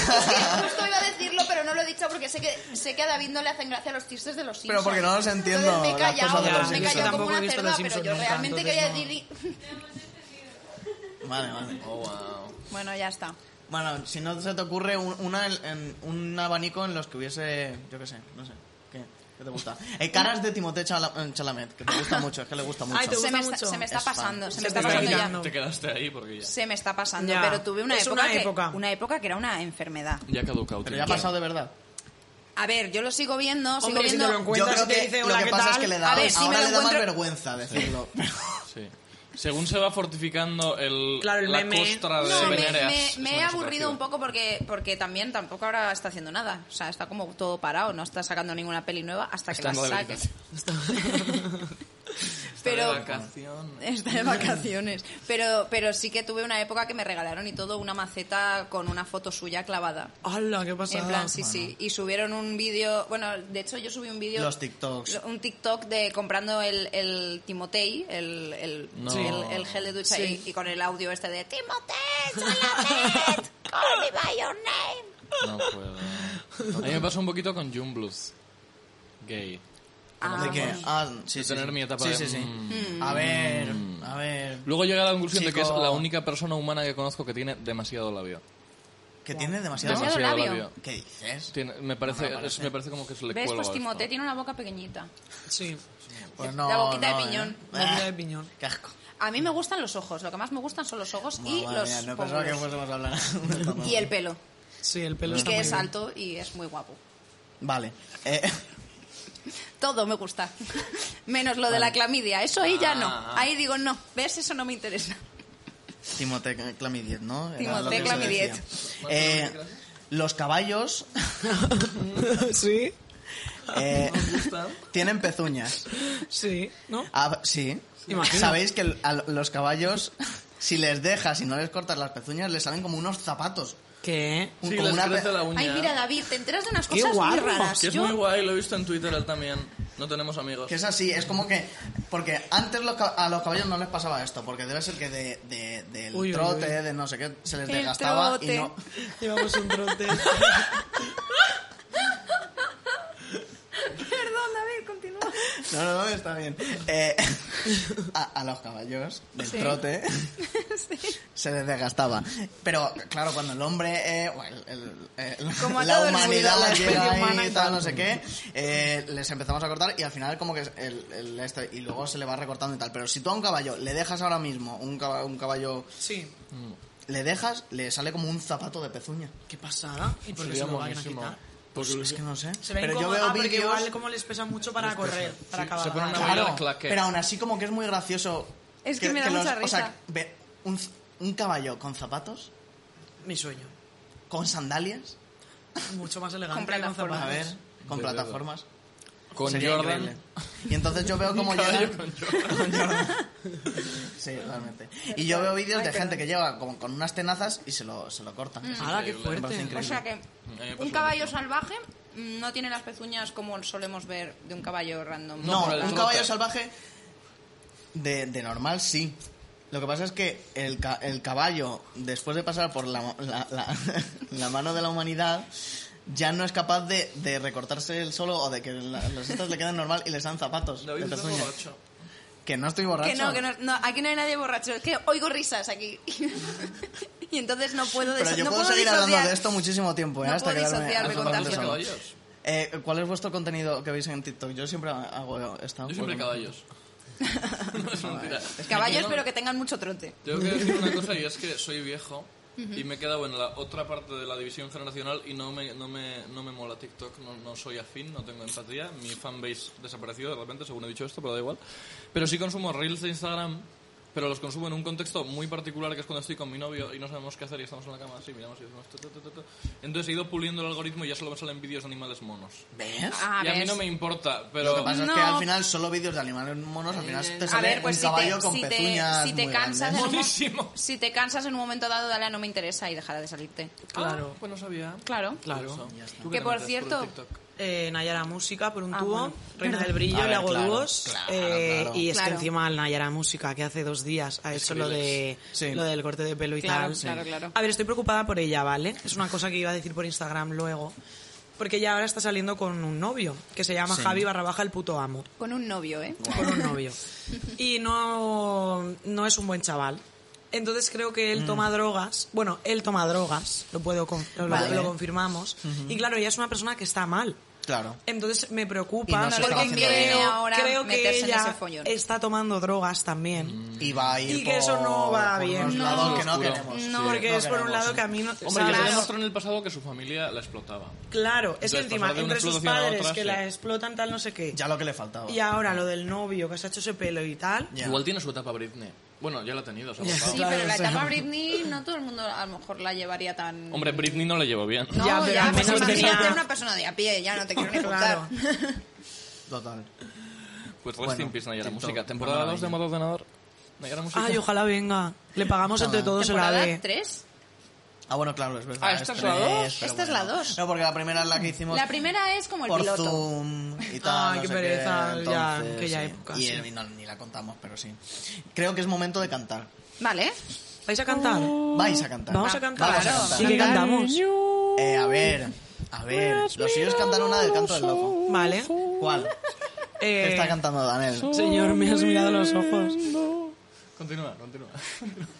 S2: justo iba a decirlo, pero no lo he dicho porque sé que, sé que a David no le hacen gracia los chistes de los
S1: Pero
S2: Simpsons.
S1: porque no los entiendo,
S2: Entonces me he
S1: las cosas
S2: callado,
S4: de los
S2: me he
S4: Simpsons.
S2: callado como
S4: Tampoco he
S2: una
S4: visto
S2: cerda,
S4: los
S2: pero
S4: Simpsons
S2: yo
S4: nunca,
S2: realmente
S4: entonces
S2: quería
S4: no.
S2: decir...
S1: Vale, vale.
S3: Oh, wow.
S2: Bueno, ya está.
S1: Bueno, si no se te ocurre un, una en- en- un abanico en los que hubiese... Yo qué sé, no sé. ¿Qué, qué te gusta? Eh, caras de Timothée Chala- eh, Chalamet, que te gusta mucho, es que le gusta mucho.
S4: Ay, te
S2: Se
S4: gusta
S2: me, está,
S4: mucho.
S2: se me está
S1: Es fan.
S2: pasando, se me
S4: Se te
S2: está
S4: está
S2: pasando ya.
S4: quitando.
S3: Te quedaste ahí porque ya.
S2: Se me está pasando,
S4: Ya.
S2: pero tuve una
S4: Es
S2: época
S4: una
S2: que-
S4: época.
S2: una época que era una enfermedad.
S3: Ya caducado.
S1: Pero ya ha pasado de verdad.
S2: A ver, yo lo sigo viendo, sigo
S4: Hombre, si
S2: viendo...
S4: te lo encuentras
S1: yo creo
S4: y te
S1: que
S4: dice
S1: lo
S4: hola,
S1: que
S4: ¿qué
S1: pasa
S4: tal?
S1: es que le
S2: A
S1: da,
S2: ver, si me
S1: ahora
S2: lo
S1: le da más
S2: encuentro-
S1: vergüenza decirlo.
S3: Sí. Según se va fortificando el,
S4: Claro, el
S3: la
S4: meme.
S3: costra de
S2: No, me,
S3: Venereas,
S2: me-
S3: es
S2: me he
S3: menos
S2: aburrido
S3: atractiva.
S2: un poco porque, porque también tampoco ahora está haciendo nada. O sea, está como todo parado, no está sacando ninguna peli nueva hasta que
S3: Está en
S2: la saque.
S3: rehabilitación. Está de
S2: Pero-
S3: vacaciones.
S2: Está de vacaciones. Pero, pero sí que tuve una época que me regalaron y todo una maceta con una foto suya clavada.
S4: Hola, ¿qué pasa?
S2: En plan, sí, sí. Y subieron un vídeo. Bueno, de hecho, yo subí un vídeo.
S1: Los TikToks.
S2: lo- Un TikTok de comprando el, el Timotei, el, el,
S3: No.
S2: el, el gel de ducha
S4: Sí.
S2: y, y con el audio este de Timotei, Chalamet, call me by your name.
S3: No puedo. A mí me pasó un poquito con Jumbluth. Gay.
S2: Ah.
S1: De que, ah, sí,
S3: De
S1: sí,
S3: tener
S1: sí.
S3: mi etapa
S1: Sí,
S3: de,
S1: sí, sí.
S3: mm.
S1: A ver, a ver.
S3: Luego llegué a la conclusión de que es
S1: Chico.
S3: la única persona humana que conozco que tiene demasiado labio.
S1: ¿Que tiene demasiado?
S2: Demasiado labio.
S1: ¿Qué dices?
S3: Tiene- me, parece,
S1: No me parece.
S3: es- me parece como que se le
S2: ¿Ves?
S3: cuelga
S2: Pues
S3: esto.
S2: Timotei tiene una boca pequeñita.
S4: Sí.
S1: Pues no,
S2: La boquita de
S1: ¿eh?
S2: piñón.
S1: Ah,
S4: Boquita de piñón.
S1: Qué asco.
S2: A mí me gustan los ojos, lo que más me gustan son los ojos y
S1: Madre
S2: los
S1: mía, no pensaba que
S2: pómulos.
S1: fuésemos a hablar. de esto, ¿no?
S2: y el pelo,
S4: Sí, el pelo
S2: y
S4: está
S2: que
S4: muy
S2: es
S4: bien.
S2: alto y es muy guapo.
S1: Vale. Eh,
S2: Todo me gusta, menos lo de la clamidia, eso ahí ya no.
S3: Ah.
S2: Ahí digo no, ves, eso no me interesa.
S1: Timotec Clamidiet, ¿no? Era
S2: Timotec
S1: lo que se
S2: Clamidiet.
S1: decía. Eh, los caballos
S4: sí,
S1: eh,
S3: gusta.
S1: tienen pezuñas.
S4: sí, ¿no?
S1: Ah, sí.
S4: Imagino.
S1: Sabéis que a los caballos, si les dejas y no les cortas las pezuñas, les salen como unos zapatos.
S4: ¿Qué?
S1: Un-
S3: Sí,
S1: como
S3: les
S1: una
S3: crece
S1: pe-
S3: la uña.
S2: Ay, mira David, te enteras de unas
S4: Qué
S2: cosas muy
S4: guapo.
S2: raras.
S3: Que es
S2: Yo-
S3: muy guay, lo he visto en Twitter él también. No tenemos amigos.
S1: Que es así, es como que. Porque antes los ca- a los caballos no les pasaba esto, porque debe ser que de, de- del
S4: Uy, uy,
S1: trote,
S4: uy.
S1: de no sé qué, se les
S2: El
S1: desgastaba
S2: trote.
S1: y no.
S4: Llevamos un trote.
S2: Perdón, David, continúa.
S1: No, no, no, está bien. Eh, a, a los caballos del
S2: Sí.
S1: trote se les desgastaba. Pero claro, cuando el hombre, eh, o el- el- el-
S2: Como a
S1: la
S2: todo el
S1: humanidad
S2: mundo, la especie
S1: llega ahí,
S2: humana y
S1: tal,
S2: tal.
S1: no sé qué, eh, les empezamos a cortar y al final como que el, el esto, y luego se le va recortando y tal. Pero si tú a un caballo le dejas ahora mismo un caballo, un caballo
S4: Sí.
S1: le dejas, le sale como un zapato de pezuña.
S4: Qué pasada. ¿Y por qué se
S3: Sería
S4: lo van a
S3: buenísimo.
S4: quitar?
S3: Porque
S1: Es que no sé.
S4: Se ven
S1: Pero yo
S4: como,
S1: veo
S4: ah, porque
S1: vídeos-
S4: igual como les pesa mucho para correr, para
S3: Sí,
S4: acabar.
S3: se ponen a bailar
S1: Claro,
S3: claqué.
S1: pero aún así como que es muy gracioso.
S2: Es que me da mucha
S1: O sea,
S2: risa.
S1: ve- un, un caballo con zapatos
S4: Mi sueño.
S1: ¿Con sandalias?
S4: Mucho más elegante.
S2: Con
S4: que
S2: plataformas.
S1: A ver,
S4: zapatos.
S1: con
S3: De
S1: plataformas.
S3: Con
S1: Sería
S3: Jordan.
S1: increíble. Y entonces yo veo cómo
S3: Caballo
S1: llegan...
S3: con Jordan.
S1: Sí, realmente. Y yo veo vídeos
S2: Ay,
S1: de
S2: perdón. Mm.
S1: gente que lleva como con unas tenazas y se lo, se lo cortan.
S4: Ala, qué
S3: Increíble, me
S1: parece
S4: fuerte.
S1: increíble.
S2: O sea que
S3: me pasó
S2: un
S3: lo
S2: caballo
S3: mismo.
S2: salvaje mm, no tiene las pezuñas como solemos ver de un caballo random.
S1: No,
S3: pero el
S1: un
S3: trota.
S1: caballo salvaje de, de normal sí. Lo que pasa es que el, ca- el caballo, después de pasar por la, la- la- la mano de la humanidad, ya no es capaz de, de recortarse él solo o de que la- los estas le quedan normal y les dan zapatos.
S3: David
S1: de
S3: está
S1: pezuña.
S3: borracho.
S1: Que no estoy borracho.
S2: Que no, que no, no, aquí no hay nadie borracho, es que oigo risas aquí. y entonces no puedo
S1: Pero
S2: des-
S1: yo
S2: no
S1: puedo
S2: puedo
S1: seguir hablando de
S2: disociar.
S1: esto muchísimo tiempo, ¿eh?
S2: No
S1: hasta
S2: puedo
S1: quedarme
S2: disociarme
S1: hasta
S2: con
S1: quedarme
S2: tantos
S1: solo.
S3: caballos.
S1: Eh, ¿Cuál es vuestro contenido que veis en TikTok? Yo siempre hago esta.
S3: Yo siempre caballos. no es mentira.
S2: Caballos,
S3: Yo-
S2: pero que tengan mucho trote.
S3: Tengo que decir una cosa y es que soy viejo y me he quedado en la otra parte de la división generacional y no me, no me, no me mola TikTok, no, no soy afín, no tengo empatía. Mi fanbase desapareció de repente, según he dicho esto, pero da igual. Pero sí consumo reels de Instagram, pero los consumo en un contexto muy particular que es cuando estoy con mi novio y no sabemos qué hacer y estamos en la cama así, miramos y decimos... "Tu, tu, tu, tu, tu". Entonces he ido puliendo el algoritmo y ya solo me salen vídeos de animales monos.
S1: Ah, ¿Ves?
S2: A
S3: y a mí
S2: ver,
S3: no me importa,
S1: Lo
S3: pero...
S1: que pasa es que
S2: No.
S1: al final solo vídeos de animales monos, al final te
S2: a
S1: sale
S2: ver, pues
S1: un
S2: si
S1: caballo
S2: te,
S1: con
S2: si, te,
S1: pezuñas
S2: si te
S1: muy
S2: cansas en
S1: grandes.
S2: un mo-
S3: Buenísimo.
S2: si te cansas en un momento dado, dale a no me interesa y dejará de salirte.
S4: Claro.
S3: Ah, pues no sabía.
S2: Claro.
S4: Claro.
S3: Ya está.
S2: Que, por cierto,
S4: Eh, Nayara Música por un
S2: Ah,
S4: tubo,
S2: bueno.
S4: Reina
S2: Perdón.
S4: del Brillo,
S1: A ver,
S4: le hago
S1: claro,
S4: dúos.
S1: claro,
S4: eh,
S1: claro.
S4: Y es que
S2: Claro.
S4: encima el Nayara Música, que hace dos días ha hecho lo, de,
S1: Sí.
S4: lo del corte de pelo y
S2: Claro,
S4: tal.
S2: claro, claro.
S4: A ver, estoy preocupada por ella, ¿vale? Es una cosa que iba a decir por Instagram luego. Porque ella ahora está saliendo con un novio, que se llama
S1: Sí.
S4: Javi barra baja el puto amo.
S2: con un novio, ¿eh?
S4: Con un novio. Y no, no es un buen chaval. Entonces creo que
S1: Mm.
S4: él toma drogas. Bueno, él toma drogas, lo, puedo, con- lo, lo-
S1: Vale.
S4: lo confirmamos. Y claro, ella es una persona que está mal.
S1: Claro.
S4: Entonces me
S1: Y no
S4: preocupa
S1: se está
S4: porque
S1: haciendo
S4: creo,
S1: bien.
S2: ahora
S4: creo que
S2: meterse en ese
S4: ella
S2: follón.
S4: está tomando drogas también.
S1: Y va a ir
S4: Y que eso
S1: por-
S4: no va
S1: por
S4: bien.
S1: unos
S4: No.
S1: lados que no
S3: Oscuro.
S1: queremos.
S2: No,
S4: Porque
S1: no
S4: es por un
S1: queremos,
S4: lado
S1: ¿eh?
S4: que a mí no... o
S3: Hombre,
S4: sea,
S3: ya
S2: Claro.
S3: se demostró en el pasado que su familia la explotaba.
S4: Claro, es que
S3: Entonces,
S4: encima
S3: pasar de una
S4: entre sus
S3: explotación a
S4: padres
S3: otra,
S4: que
S3: sí.
S4: la explotan tal no sé qué.
S1: Ya lo que le faltaba.
S4: Y ahora lo del novio que se ha hecho ese pelo y tal.
S1: Ya.
S3: Igual tiene su etapa Britney. Bueno, ya la ha tenido, se ha
S4: Ya.
S3: pasado.
S2: Sí,
S4: Claro,
S2: pero la
S4: o sea.
S2: etapa Britney no todo el mundo a lo mejor la llevaría tan...
S3: Hombre, Britney no le llevó bien.
S2: no,
S4: Ya, pero al
S2: pues
S4: menos
S2: imagínate
S4: tenía-
S2: una persona de a pie, ya no te quiero ni
S4: Claro.
S2: contar.
S1: Total.
S3: Pues rest
S1: Bueno,
S3: in peace, Nayara
S1: TikTok,
S3: Música. Temporada
S1: maravilla.
S3: 2 de modo ordenador. Nayara Música.
S4: Ay, ojalá venga. Le pagamos entre todos el E.
S2: ¿Temporada
S4: AVE.
S2: 3?
S1: Ah, bueno, claro, es verdad.
S3: Ah, ¿esta es la
S1: tres,
S3: dos?
S1: pero
S2: Esta es la dos.
S1: No, porque la primera es la que hicimos
S2: La primera es como el
S1: por
S2: piloto.
S1: Zoom y tal.
S4: Ay,
S1: no
S4: qué
S1: sé
S4: pereza,
S1: qué,
S4: ya,
S1: entonces,
S4: aquella
S1: sí.
S4: época,
S1: Y
S4: sí.
S1: eh, no, ni la contamos, pero sí. Creo que es momento de cantar.
S2: Vale.
S4: ¿Vais a cantar?
S1: Vais a cantar.
S4: Vamos a
S1: Ah,
S4: cantar.
S1: Vamos a
S2: Claro.
S1: cantar.
S4: ¿Y qué cantamos?
S1: Eh, a ver, a ver. Los suyos cantan una del canto del loco.
S4: Vale.
S1: ¿Cuál? ¿Qué
S4: Eh,
S1: uh, está cantando Daniel?
S4: señor, me has mirado a los ojos.
S3: Continúa, continúa.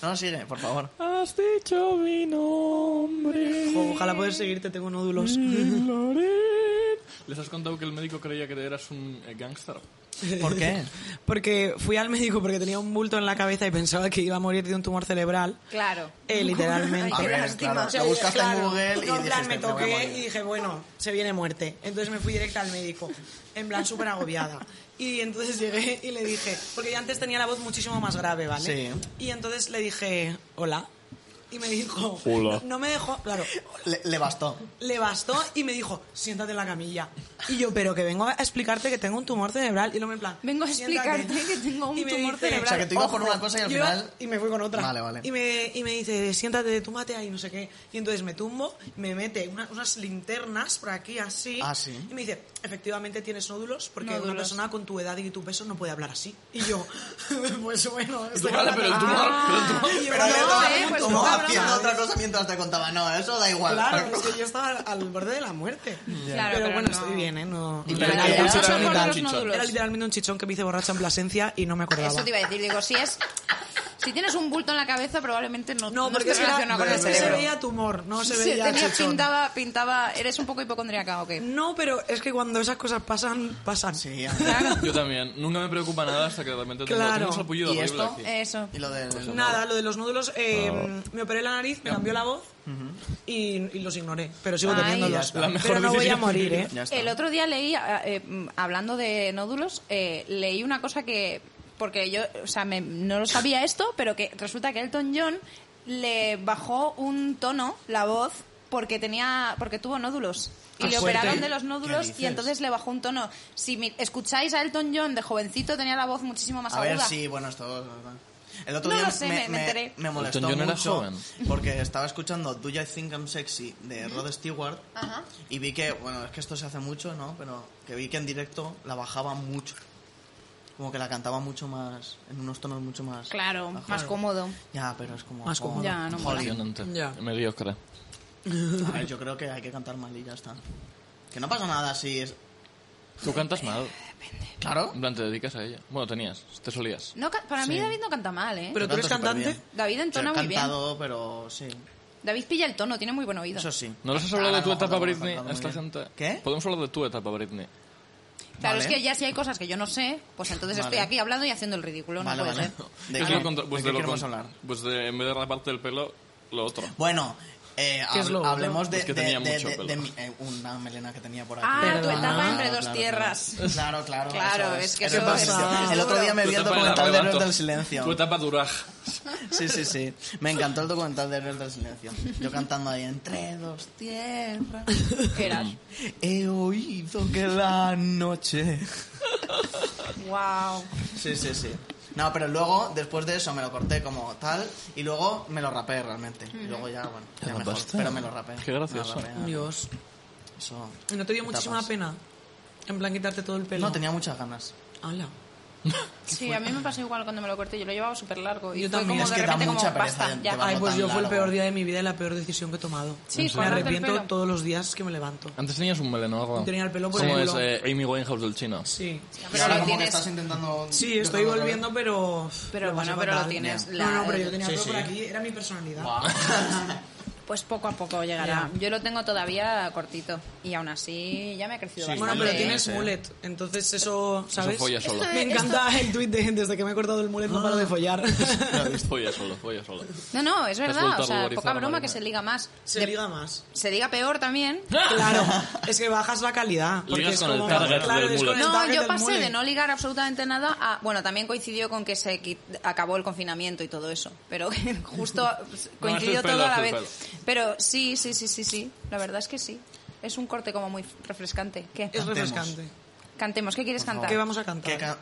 S1: No, sigue, por favor.
S5: Has dicho mi nombre.
S1: Uh.
S4: Jo, Ojalá poder seguirte, tengo nódulos.
S1: Mm.
S5: Loret.
S3: ¿Les has contado que el médico creía que eras un eh, gángster?
S1: ¿Por qué?
S4: Porque fui al médico porque tenía un bulto en la cabeza y pensaba que iba a morir de un tumor cerebral.
S2: Claro.
S4: Eh, literalmente.
S1: A
S2: Qué
S1: ver,
S2: lástima.
S1: Ah, claro,
S2: Se
S1: lo buscaste en
S4: Claro.
S1: Google y "Este
S4: Yo, en plan,
S1: dijiste,
S4: me
S1: "Me voy a
S4: toqué y
S1: morir".
S4: dije, bueno, se viene muerte. Entonces me fui directa al médico, en plan súper agobiada. Y entonces llegué y le dije, porque yo antes tenía la voz muchísimo más grave, ¿vale?
S1: Sí.
S4: Y entonces le dije, hola. Y me dijo,
S5: Hola.
S4: no me dejó, claro,
S1: Le, le bastó.
S4: le bastó y me dijo, siéntate en la camilla. Y yo, pero que vengo a explicarte que tengo un tumor cerebral. Y luego en plan,
S2: Vengo a
S4: "Siéntate".
S2: explicarte que tengo un
S4: Y me
S2: tumor cerebral.
S1: O sea, que tú ibas por
S4: "Ojo".
S1: una cosa y al
S4: Yo iba-
S1: final...
S4: Y me fui con otra.
S1: Vale, vale.
S4: Y me, y me dice, siéntate, túmate ahí, no sé qué. Y entonces me tumbo, me mete una- unas linternas por aquí, así.
S1: Ah, sí.
S4: Y me dice, efectivamente tienes nódulos, porque una
S2: Nódulos.
S4: persona con tu edad y tu peso no puede hablar así. Y yo, pues bueno... estoy
S3: Vale, pero el
S4: hablando-
S3: tumor, pero el tumor.
S4: Y yo,
S1: Pero
S2: No,
S1: le
S4: "Ah,
S1: estaba
S2: eh, pues
S1: como
S2: no,
S1: haciendo
S4: no,
S1: otra
S4: no".
S1: cosa mientras te contaba. No, eso da igual.
S4: Claro, es que yo estaba al, al borde de la muerte.
S2: Claro,
S4: pero,
S2: pero
S4: bueno,
S2: no.
S4: estoy bien, ¿eh? No,
S1: Y
S4: no
S1: pero
S4: era
S1: que
S4: algo
S1: era-
S4: chichón
S1: Era
S4: ni tal.
S2: los nódulos.
S4: Era literalmente un chichón que me hice borracha en Plasencia y no me acordaba.
S2: Eso te iba a decir. Digo, si es... Si tienes un bulto en la cabeza, probablemente no,
S4: No, porque
S2: estés
S4: es que era-
S2: relacionado con el
S4: es que se
S2: cerebro.
S4: veía tumor, no se
S2: Sí,
S4: veía
S2: tenía,
S4: chichón.
S2: pintaba, pintaba... ¿Eres un poco hipocondriaca o qué?
S4: No, pero es que cuando esas cosas pasan, pasan.
S1: Sí,
S3: Yo también. Nunca me preocupa nada hasta que de repente tengo,
S4: Claro.
S3: tengo un salpullido
S1: ¿Y
S3: horrible
S1: esto?
S3: aquí.
S2: Eso.
S1: y lo
S3: Pues
S1: del...
S4: Nada, lo de los nódulos, eh,
S1: Oh.
S4: me operé la nariz, me cambió la voz y, y los ignoré, pero sigo
S2: Ay. Ya
S4: teniéndolos.
S1: está. La
S4: Pero
S3: mejor
S4: no voy a
S3: decisión.
S4: morir, ¿eh?
S1: Ya está.
S2: El otro día leí, a- eh, mm, hablando de nódulos, eh, leí una cosa que, porque yo, o sea, me- no lo sabía esto, pero que resulta que Elton John le bajó un tono la voz porque tenía porque tuvo nódulos y
S3: Ah,
S2: le
S3: ¿sí?
S2: operaron
S3: ¿Qué
S2: de los nódulos
S1: dices?
S2: y entonces le bajó un tono. Si mi- escucháis a Elton John de jovencito tenía la voz muchísimo más
S1: A ver
S2: aguda.
S1: si, bueno, esto... El otro
S2: No
S1: día
S2: lo sé, me- me enteré.
S1: me molestó
S3: Elton John era
S1: mucho
S3: joven.
S1: porque estaba escuchando Do You Think I'm Sexy de Rod Stewart
S2: Ajá.
S1: y vi que, bueno, es que esto se hace mucho, ¿no? Pero que vi que en directo la bajaba mucho. Como que la cantaba mucho más, en unos tonos mucho más...
S2: Claro,
S1: bajos.
S2: más cómodo.
S1: Ya, pero es como...
S4: Más
S1: como-
S4: cómodo.
S2: Ya, no mola.
S1: Jolín.
S3: Impresionante.
S4: Ya.
S3: Mediocre.
S1: A ver, yo creo que hay que cantar mal y ya está. Que no pasa nada si es...
S3: Tú cantas mal.
S1: Claro.
S3: En plan, te dedicas a ella. Bueno, tenías, te solías.
S2: No, ca- para mí David no canta mal, ¿eh?
S4: Pero tú
S1: Yo
S4: eres
S1: canto
S4: cantante.
S1: superbién.
S2: David entona
S1: Yo he
S2: muy bien.
S1: cantado, pero sí.
S2: David pilla el tono, tiene muy buen oído.
S1: Eso sí.
S3: ¿No les has hablado
S1: Ahora
S3: de tu
S1: no,
S3: etapa
S1: no, no,
S3: Britney
S1: no, no,
S3: a esta
S1: no.
S3: gente?
S1: ¿Qué?
S3: Podemos hablar de tu etapa Britney.
S1: Vale.
S2: Claro, es que ya si hay cosas que yo no sé, pues entonces
S1: Vale.
S2: estoy aquí hablando y haciendo el ridículo,
S1: Vale,
S2: no puede
S1: vale.
S2: ser.
S1: ¿De
S3: Es
S1: qué?
S3: lo contra-
S1: ¿De
S3: pues
S1: qué
S3: de lo
S1: queremos
S3: con-
S1: hablar?
S3: Pues de, en vez de raparte el pelo, lo otro.
S1: Bueno, eh,
S4: ¿Qué es lo
S1: hab-
S4: otro?
S1: hablemos de,
S3: Es que
S1: de-
S3: tenía
S1: de-
S3: mucho
S1: de-
S3: pelo.
S1: de mi- eh, una melena que tenía por aquí.
S2: Ah,
S4: tu etapa
S2: entre dos tierras.
S1: Claro, claro.
S2: Claro,
S1: eso
S2: es que
S1: Eso
S2: eso
S4: pasa.
S1: El otro día me
S3: Tu
S1: vi el
S3: etapa en la
S1: documental de
S3: arrebato.
S1: Héroes del
S3: Tu
S1: Silencio.
S3: etapa duraj.
S1: Sí, sí, sí. Me encantó el documental de Héroes del Silencio. Yo cantando ahí, entre dos tierras.
S2: Eras.
S1: He oído que la noche...
S2: Wow.
S1: Sí, sí, sí. No, pero luego, después de eso, me lo corté como tal y luego me lo rapé realmente. Y luego ya, bueno,
S3: Te
S1: ya mejor,
S3: rapaste.
S1: pero me lo rapé.
S3: Qué gracioso.
S1: Me lo rapé.
S4: Dios.
S1: Eso,
S4: ¿Y no te dio muchísima
S1: etapas.
S4: pena? En plan, quitarte todo el pelo.
S1: No, tenía muchas ganas.
S4: Hala.
S2: Sí, a mí me pasó igual cuando me lo corté, yo lo llevaba súper largo y
S4: Yo
S2: fue
S4: también.
S2: como
S4: Es
S2: de
S1: que da
S2: repente como
S1: mucha pereza
S2: basta,
S1: de-
S2: ya.
S1: de bajar.
S4: Ay,
S1: no
S4: pues
S1: tan
S4: yo fue el
S1: largo.
S4: peor día de mi vida y la peor decisión que he tomado.
S2: Sí,
S4: Me
S2: cortarte el
S4: arrepiento
S2: pelo.
S4: todos los días que me levanto.
S3: Antes tenías un melenardo.
S4: Tenía el pelo por
S3: ¿Cómo
S4: el
S3: es
S4: culo.
S3: eh, Amy Winehouse del chino?
S4: Sí.
S1: Y
S2: Pero
S1: ahora
S2: lo
S1: como que
S2: tienes-
S1: estás intentando...
S4: Sí, estoy
S1: intentarlo
S4: volviendo, pero...
S2: Pero
S4: lo pasé
S2: bueno, pero lo
S4: fatal.
S2: tienes,
S4: No,
S2: la-
S4: no, pero yo tenía
S1: Sí,
S4: todo por
S1: sí.
S4: aquí. Era mi personalidad.
S2: Pues poco a poco llegará. Yo lo tengo todavía cortito y aún así ya me ha crecido
S1: Sí,
S4: Bueno,
S2: bastante.
S4: pero
S1: Sí,
S4: tienes
S1: sí.
S4: mullet, entonces eso, ¿sabes?
S3: folla solo. Esto
S4: Me encanta el tuit de desde que me he cortado el mullet no paro de follar.
S3: Folla solo, folla solo.
S2: No, no, es verdad,
S3: vuelto a
S2: o sea,
S3: vulgarizar,
S2: poca broma
S3: Marina.
S2: que se liga más.
S4: Se
S2: De-
S4: liga más.
S2: se liga peor también.
S4: Claro, es que bajas la calidad. Porque
S3: Ligas
S4: es
S3: con el
S4: como,
S3: target
S4: claro,
S3: del
S4: es con el
S3: mullet.
S2: No,
S4: target
S2: yo
S4: del
S2: pasé
S4: mullet.
S2: de no ligar absolutamente nada a... Bueno, también coincidió con que se qui- acabó el confinamiento y todo eso, pero justo coincidió
S3: es el
S2: todo a la
S3: pelo,
S2: vez.
S3: es el
S2: Pero sí, sí, sí, sí, sí, la verdad es que sí. Es un corte como muy refrescante. ¿Qué?
S4: Es
S1: Cantemos.
S4: refrescante.
S2: Cantemos, ¿qué quieres cantar?
S4: ¿Qué vamos a
S1: Que
S4: cantar?
S1: ca-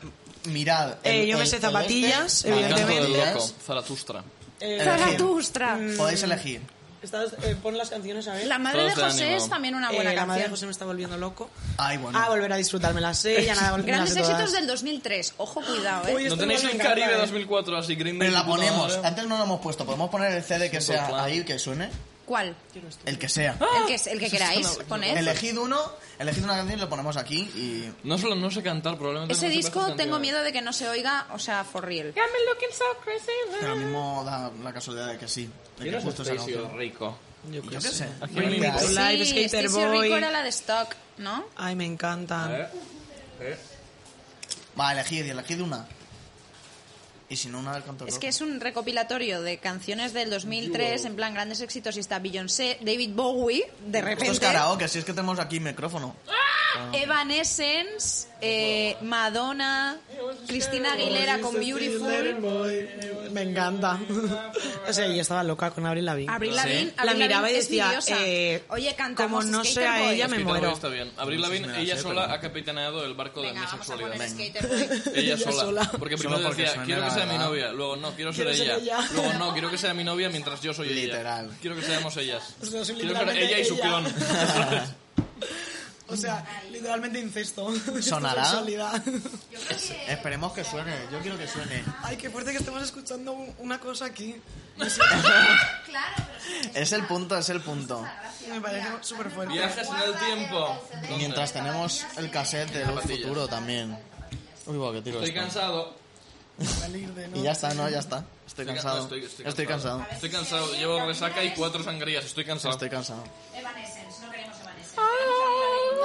S1: mirad.
S4: Eh, yo me sé zapatillas,
S1: vale.
S3: El canto del
S4: Evidentemente.
S3: loco, Zaratustra.
S4: Eh,
S1: Elegir.
S2: Zaratustra.
S4: Mm.
S1: Mm. Podéis elegir.
S4: estás- eh, pon las canciones a ver.
S2: La madre de
S3: Todos de
S2: José
S3: ánimo.
S2: es también una
S4: Eh,
S2: buena
S4: la madre de
S2: canción.
S4: José me está volviendo loco.
S1: Ay, bueno.
S4: Ah, volver a disfrutarme la sé. Ya nada, volver a
S2: Grandes
S4: todas.
S2: éxitos del 2003. Ojo, cuidado, ¿eh?
S4: Uy,
S3: No
S4: esto
S3: tenéis
S4: me
S3: el
S4: encanta,
S3: Caribe
S4: eh.
S3: 2004, así Green Day.
S1: Pero la
S3: puta
S1: ponemos.
S3: madre.
S1: Antes no la hemos puesto. Podemos poner el CD que sea
S3: plan.
S1: ahí, que suene.
S2: ¿Cuál?
S1: El que sea.
S4: Ah.
S2: El que, el que queráis poner.
S1: Elegid uno, elegid una canción y lo ponemos aquí y...
S3: No solo no sé cantar, probablemente.
S2: Ese
S3: no sepa
S2: disco
S3: esas
S2: tengo
S3: canciones.
S2: miedo de que no se oiga, o sea, for real.
S1: Pero mismo da la casualidad de que sí. De que
S3: ¿Quién es
S1: justo esa
S3: Stacy
S1: canción.
S3: este Rico?
S1: Yo
S4: Yo qué
S1: qué
S4: sé.
S1: sé.
S3: Aquí
S1: Bueno,
S3: hay
S1: ya,
S3: un
S1: es-
S4: Live,
S2: sí,
S4: Skater
S2: Stacy
S4: Boy.
S2: Rico era la de Stock, ¿no?
S4: Ay, me encantan.
S3: ¿Eh? ¿Eh?
S1: Va, elegid, elegid una. Y si no, una del canto del
S2: Es
S1: rock.
S2: que es un recopilatorio de canciones del 2003, en plan grandes éxitos, y está Beyoncé, David Bowie, de
S1: Esto es
S2: repente,
S1: karaoke, si es que tenemos aquí micrófono.
S2: Evanescence, eh, Madonna, Cristina Aguilera con Beautiful,
S4: Me encanta. o sea, yo estaba loca con Abril Lavigne.
S2: Avril
S3: Sí.
S2: Lavigne,
S4: La
S2: Avril
S4: miraba y
S2: Lavigne es
S4: decía,
S2: diosa.
S4: eh,
S2: Oye, cantamos
S4: como no
S2: Skater
S4: sea
S2: Boy.
S4: ella, me
S3: Skater
S4: muero.
S3: Boy Está bien. Abril Lavigne,
S1: me la
S3: ella
S1: sé,
S3: sola
S1: pero-
S3: ha capitaneado el barco de
S2: Venga,
S3: mi
S2: vamos a
S3: sexualidad.
S2: poner Skater Boy.
S3: Ella
S4: Ella
S3: sola.
S4: sola.
S3: Porque
S1: Solo
S3: primero
S1: porque
S3: decía,
S1: suena
S3: quiero que
S1: la-
S3: sea mi novia. Luego, no, quiero ser,
S4: Quiero ser
S3: ella.
S4: ella.
S3: Luego, no, quiero que sea mi novia mientras yo soy ella.
S1: Literal.
S3: Quiero que seamos ellas.
S4: O sea, soy
S3: quiero ser
S4: literalmente
S3: ella y su
S4: ella.
S3: clon.
S4: O sea, literalmente incesto.
S1: ¿Sonará?
S4: Sexualidad.
S1: Esperemos que suene, yo quiero que suene.
S4: Ay, qué fuerte que estemos escuchando un- una cosa aquí.
S1: Es el punto, es el punto.
S4: Me parece súper fuerte.
S3: Viajes en el tiempo.
S1: Mientras tenemos el cassette del
S3: Zapatillas.
S1: futuro también. Uy, guau, qué tiro
S3: Estoy
S1: esto.
S3: cansado.
S1: Y ya está, no, ya está. Estoy
S3: Estoy-
S1: cansado.
S3: no,
S1: Estoy, cansado.
S3: Estoy cansado. Llevo resaca y cuatro sangrías. Estoy cansado.
S1: Estoy cansado.
S2: Evanescence, no queremos Evanescence.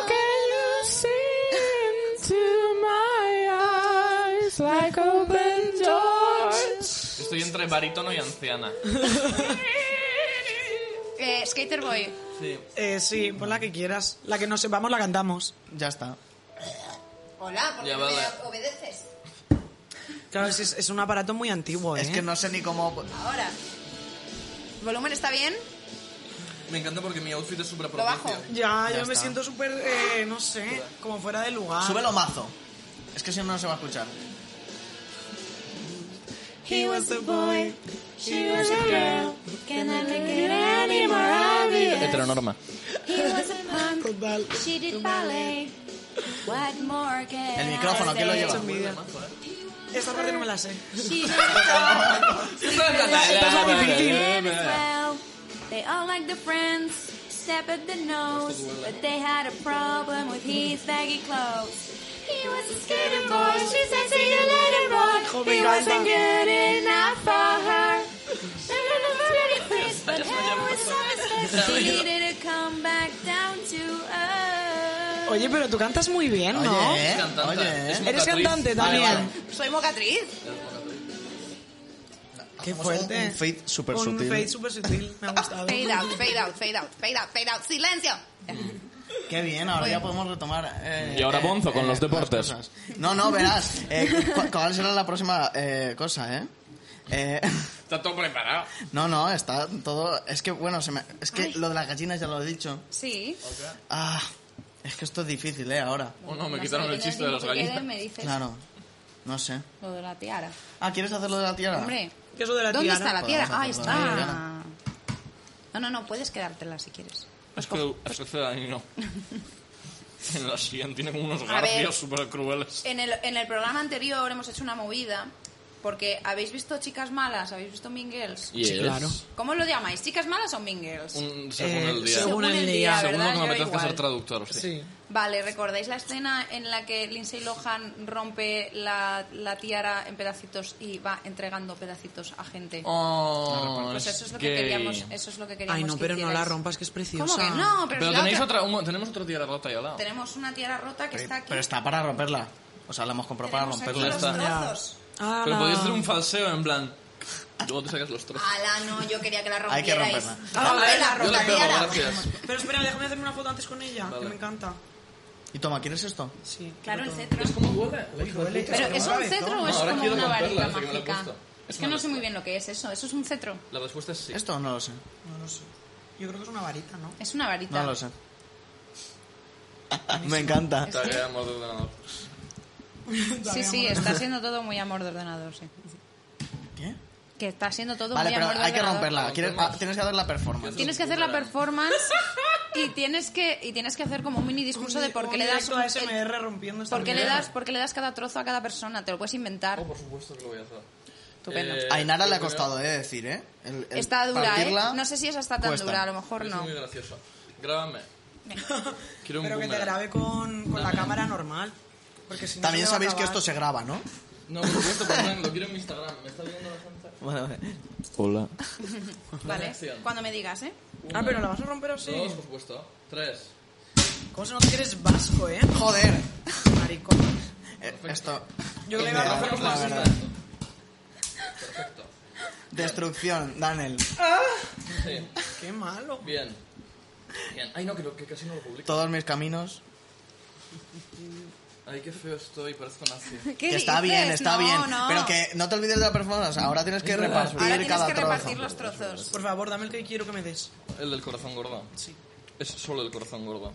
S5: Can you see into my eyes like open doors?
S3: Estoy entre barítono y anciana.
S2: Eh, Skater Boy.
S3: Sí.
S4: Eh, sí, pon la que quieras. La que no sepamos la cantamos.
S1: Ya está.
S2: Hola, ¿por
S3: Ya vale.
S2: obedeces?
S1: Pues
S4: Claro, es, es un aparato muy antiguo, ¿eh?
S1: Es que no sé ni cómo.
S2: Ahora. ¿Volumen está bien?
S3: Me encanta porque mi outfit es súper
S2: Lo bajo.
S3: propicio.
S4: Ya,
S1: Ya
S4: yo me
S1: está.
S4: siento súper, eh, no sé, como fuera de lugar.
S1: Súbelo mazo. Es que si no, no se va a escuchar.
S5: He was a boy, she was a girl.
S6: Can I make
S5: Get
S6: it
S5: any more obvious.
S3: Heteronorma.
S6: He was a punk.
S4: Total.
S6: She did ballet. What more can
S1: El micrófono, ¿quién lo
S6: I
S1: lleva?
S6: say?
S4: Envidia. Esa parte no me la sé.
S6: She did it all.
S4: la
S6: They
S4: difícil.
S6: did it well. They all like the friends, step at the nose, but they had a problem with his baggy clothes. He was a skating boy, she said, see you later, boy. He wasn't good enough for her. She had a pretty face, but hair was so mistakes. She needed to come back down to earth.
S4: Oye, pero tú cantas muy bien, ¿no?
S1: Oye, ¿eh?
S3: Es cantante.
S1: Oye, ¿eh?
S3: Es
S4: Eres
S3: mocatriz.
S4: cantante
S3: Vale,
S4: también.
S3: vale.
S2: Soy mocatriz.
S4: Qué
S1: Hacemos
S4: fuerte.
S1: Un, un fade súper
S4: Un
S1: sutil.
S4: fade súper sutil, me ha gustado.
S2: Fade out, fade out, fade out, fade out, fade out. ¡Silencio!
S1: Qué bien, ahora ya podemos retomar. eh,
S3: Y ahora
S1: eh,
S3: Bonzo con
S1: las
S3: los deportes.
S1: cosas. No, no, verás. Eh, cu- ¿Cuál será la próxima eh, cosa, eh? Eh,
S3: Está todo preparado.
S1: no, no, está todo. Es que, bueno, se me- es que lo de las gallinas ya lo he dicho.
S2: Sí.
S1: Ah, es que esto es difícil, eh, ahora.
S3: Oh no, me quitaron el chiste de las gallinas.
S2: Me dices
S1: Claro, no sé.
S2: lo de la tiara.
S1: Ah, ¿quieres hacerlo de la tierra?
S2: Hombre,
S4: ¿Qué es eso de la
S2: ¿dónde
S4: tiara?
S2: está la
S1: Podemos
S2: tiara? Ah, ahí
S1: hacerlo
S2: está.
S1: de la
S2: No, no, no, puedes quedártela si quieres.
S3: Es que es que ese ahí no. En la sien tiene como unos
S2: A ver.
S3: garfios súper crueles.
S2: En el, en el programa anterior hemos hecho una movida porque habéis visto Chicas Malas, habéis visto Mean Girls.
S3: Y
S4: claro.
S2: ¿Cómo lo llamáis? ¿Chicas Malas o Mean Girls?
S3: Un, según
S4: Eh,
S3: el día. Según,
S4: según el día,
S3: lo
S2: ¿verdad?
S3: que me
S2: Yo
S3: apetezca
S2: igual.
S3: ser traductor, sí.
S4: Sí.
S2: Vale, ¿recordáis la escena en la que Lindsay Lohan rompe la, la tiara en pedacitos y va entregando pedacitos a gente?
S3: Oh,
S2: pues eso es lo que
S3: gay.
S2: queríamos, eso es lo que queríamos
S4: Ay, no,
S2: que
S4: pero no
S2: hicierais.
S4: la rompas, que es preciosa.
S2: ¿Cómo que no? Pero,
S3: Pero
S2: es la
S3: tenéis
S2: otra.
S3: otra, un- tenemos otra tía rota ahí al lado.
S2: Tenemos una tiara rota que
S1: Pero,
S2: está aquí.
S1: pero está para romperla. O sea, la hemos comprado para
S2: Tenemos aquí
S1: romperla.
S3: Ya
S2: los
S3: está.
S2: trozos.
S4: Ah,
S3: Pero podéis hacer un falseo en plan. Luego te sacas los trozos.
S2: Ala, no, yo quería que la
S1: Hay que
S2: rompierais.
S1: romperla.
S4: Ah, vale,
S2: Ah, la
S4: la
S3: Yo
S2: rota
S3: le pego,
S2: tiara.
S3: gracias.
S4: Pero espera, déjame hacerme una foto antes con ella,
S3: Vale.
S4: que me encanta.
S1: Y toma, ¿quieres esto?
S4: Sí.
S2: Claro, el
S4: sobre
S2: cetro.
S3: ¿Cómo huele?
S2: Pues ¿Pero es un cetro o es
S3: Ahora
S2: como
S3: quiero
S2: una varita
S3: romperla, desde que me la he
S2: mágica?
S3: puesto.
S2: Es
S3: Es
S2: que
S3: una
S2: no sé muy
S3: mezcla.
S2: bien lo que es eso. Eso es un cetro.
S3: La respuesta es sí.
S1: ¿Esto? No lo sé.
S4: todo. No lo sé. Yo creo que es una varita, ¿no?
S2: Es una varita.
S1: No lo sé. Me encanta.
S3: Está que hemos ordenado.
S2: Sí, sí, está siendo todo muy amor de ordenador, sí.
S1: ¿Qué?
S2: Que está siendo todo
S1: Vale,
S2: muy
S1: pero
S2: amor de
S1: hay que
S2: ordenador.
S1: romperla. ¿Quieres- ah, tienes que hacer la performance.
S2: Tienes que hacer la performance y tienes que y tienes que hacer como un mini discurso de por qué le das
S4: un directo
S2: un-
S4: ASMR rompiendo esta
S2: por qué le
S4: mierda.
S2: das por qué le das cada trozo a cada persona, te lo puedes inventar.
S3: Oh, por supuesto que lo voy a hacer. Eh,
S2: Estupendo.
S1: A Inara le ha costado, he de decir, ¿eh? El- el
S2: Está dura, ¿eh?
S1: partirla
S2: No sé si esa está tan
S1: cuesta.
S2: dura, a lo mejor
S3: Es
S2: no.
S3: muy gracioso. Grábame. Quiero un
S4: Pero que te
S3: boomerang.
S4: grabe con, con la cámara normal. Porque si no
S1: También
S4: se me va a
S1: sabéis que
S4: acabar.
S1: esto se graba, ¿no?
S3: No, por supuesto, perdón, lo quiero en mi Instagram. ¿Me está viendo la gente?
S1: Bueno, vale.
S3: Hola.
S2: Vale,
S3: Gracias.
S2: cuando me digas, ¿eh?
S4: Ah, pero la vas a romper así.
S3: Dos, por supuesto. Tres.
S4: ¿Cómo se nota que eres vasco, eh?
S1: Joder.
S4: Maricón.
S1: Eh, Esto.
S4: Yo le
S1: Ideal,
S4: iba a romper
S1: la
S4: los
S1: verdad.
S4: labios.
S3: Perfecto.
S1: Destrucción, Daniel.
S3: Sí.
S4: Qué malo.
S3: Bien. Bien. Ay, no, que, lo- que casi no lo publico.
S1: Todos mis caminos.
S3: Ay, qué feo estoy, parezco nazi.
S2: ¿Qué
S1: que está
S2: dices?
S1: bien, está
S2: No,
S1: bien.
S2: no.
S1: Pero que no te olvides de la performance. Ahora tienes que
S3: Es verdad,
S1: repartir
S2: Ahora tienes
S1: cada
S2: que
S1: trozo.
S2: repartir los trozos.
S4: Por favor, dame el que quiero que me des.
S3: El del corazón gordo.
S4: Sí.
S3: Es solo el corazón gordo.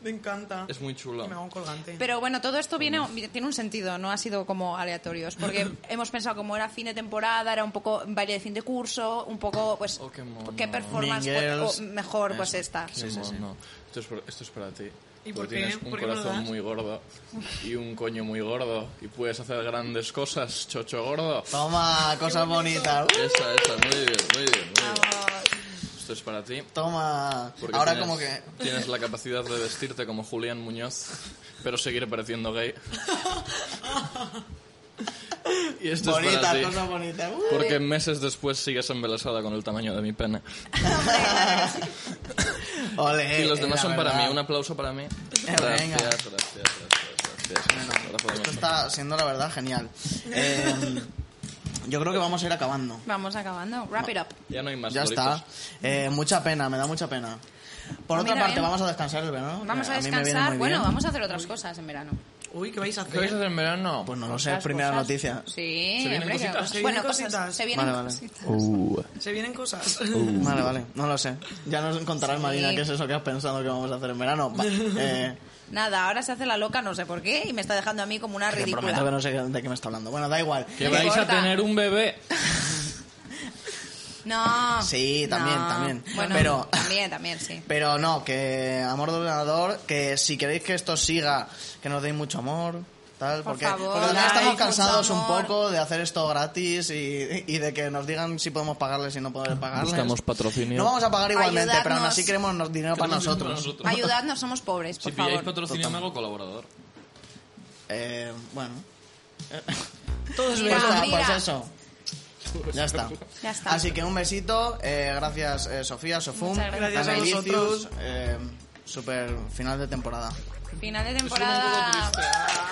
S4: Me encanta.
S3: Es muy chulo.
S4: Me hago un colgante.
S2: Pero bueno, todo esto viene, tiene un sentido, no ha sido como aleatorios, porque hemos pensado como era fin de temporada, era un poco baile de fin de curso, un poco, pues,
S3: Oh, qué mono.
S2: qué performance
S1: Mean Girls.
S2: o mejor, pues esta.
S3: Qué mono. Esto, es por- esto es para ti.
S4: ¿Y
S3: Tú
S4: por qué?
S3: tienes un
S4: ¿Por qué me lo
S3: corazón
S4: das?
S3: muy gordo y un coño muy gordo y puedes hacer grandes cosas, chocho gordo.
S4: Ah.
S1: Toma, cosas bonitas.
S3: Esa, esa, muy bien, muy bien, muy bien. Esto es para ti.
S1: Toma.
S3: porque
S1: Ahora
S3: tienes-
S1: como que.
S3: Tienes la capacidad de vestirte como Julián Muñoz, pero seguir pareciendo gay. Y esto es
S1: Bonitas,
S3: para ti.
S1: cosas bonitas. Uh.
S3: Porque meses después sigues embelesada con el tamaño de mi pene.
S1: Ole,
S3: Y los demás
S1: la
S3: son para
S1: Eh, verdad. Eh,
S3: mí. Un aplauso para mí. Gracias,
S1: venga.
S3: gracias, gracias. gracias. Ahora podemos-
S1: Esto está siendo la verdad genial. Eh, yo creo que vamos a ir acabando.
S2: Vamos acabando. Wrap it up.
S3: Ya no hay más
S1: Ya
S3: doritos.
S1: está. Eh, mucha pena, me da mucha pena. Por
S2: Pues
S1: otra
S2: mira,
S1: parte,
S2: bien.
S1: vamos a descansar el verano.
S2: Vamos
S1: Eh,
S2: a
S1: mí me viene
S2: descansar.
S1: muy
S2: bueno,
S1: bien.
S2: vamos a hacer otras cosas en verano.
S4: Uy, ¿qué vais a
S3: ¿Qué vais a
S4: hacer?
S3: hacer en verano?
S1: Pues no lo sé,
S2: Las
S1: primera
S2: cosas.
S1: noticia.
S2: Sí,
S3: Se vienen
S2: hombre,
S3: cositas,
S2: que-
S4: se
S2: bueno,
S4: vienen
S2: cosas,
S4: cositas.
S2: Se vienen
S1: Vale, vale.
S2: cositas.
S1: Uh,
S4: Se vienen cosas.
S1: Vale, vale, no lo sé. Ya nos contarás,
S2: Sí.
S1: Marina, qué es eso que has pensado que vamos a hacer en verano. Va, eh,
S2: Nada, ahora se hace la loca, no sé por qué, y me está dejando a mí como una
S1: que prometo que
S2: ridícula.
S1: no sé de qué me está hablando. Bueno, da igual.
S3: Que
S2: No
S3: vais a
S2: importa.
S3: tener un bebé.
S2: No.
S1: Sí, también,
S2: no.
S1: también.
S2: Bueno,
S1: Pero-
S2: también, también, sí.
S1: Pero no, que amor de ordenador, que si queréis que esto siga, que nos deis mucho amor, tal,
S2: Por
S1: porque,
S2: favor,
S1: porque también
S2: like,
S1: estamos
S2: mucho
S1: cansados un
S2: amor.
S1: poco de hacer esto gratis y, y de que nos digan si podemos pagarles y no podemos pagarles.
S3: Buscamos patrocinio.
S1: No vamos a pagar igualmente, pero aún
S2: Ayudadnos.
S1: así queremos nos- dinero para
S3: Queremos dinero
S1: nosotros.
S3: para nosotros.
S2: Ayudadnos, somos pobres,
S3: Si
S2: por
S3: pilláis
S2: favor.
S3: patrocinio, me hago colaborador.
S1: Eh, bueno.
S4: Todos
S1: Pues
S2: Mira,
S1: está,
S2: mira.
S1: pues eso. Ya está.
S2: Ya está.
S1: Así que un besito. eh, gracias, eh, Sofía, Sofum.
S2: Muchas
S4: gracias.
S1: Ana
S4: Gracias a
S1: Ilicius,
S4: vosotros.
S1: eh, super final de temporada.
S2: Final de
S3: poco
S2: temporada.
S3: triste.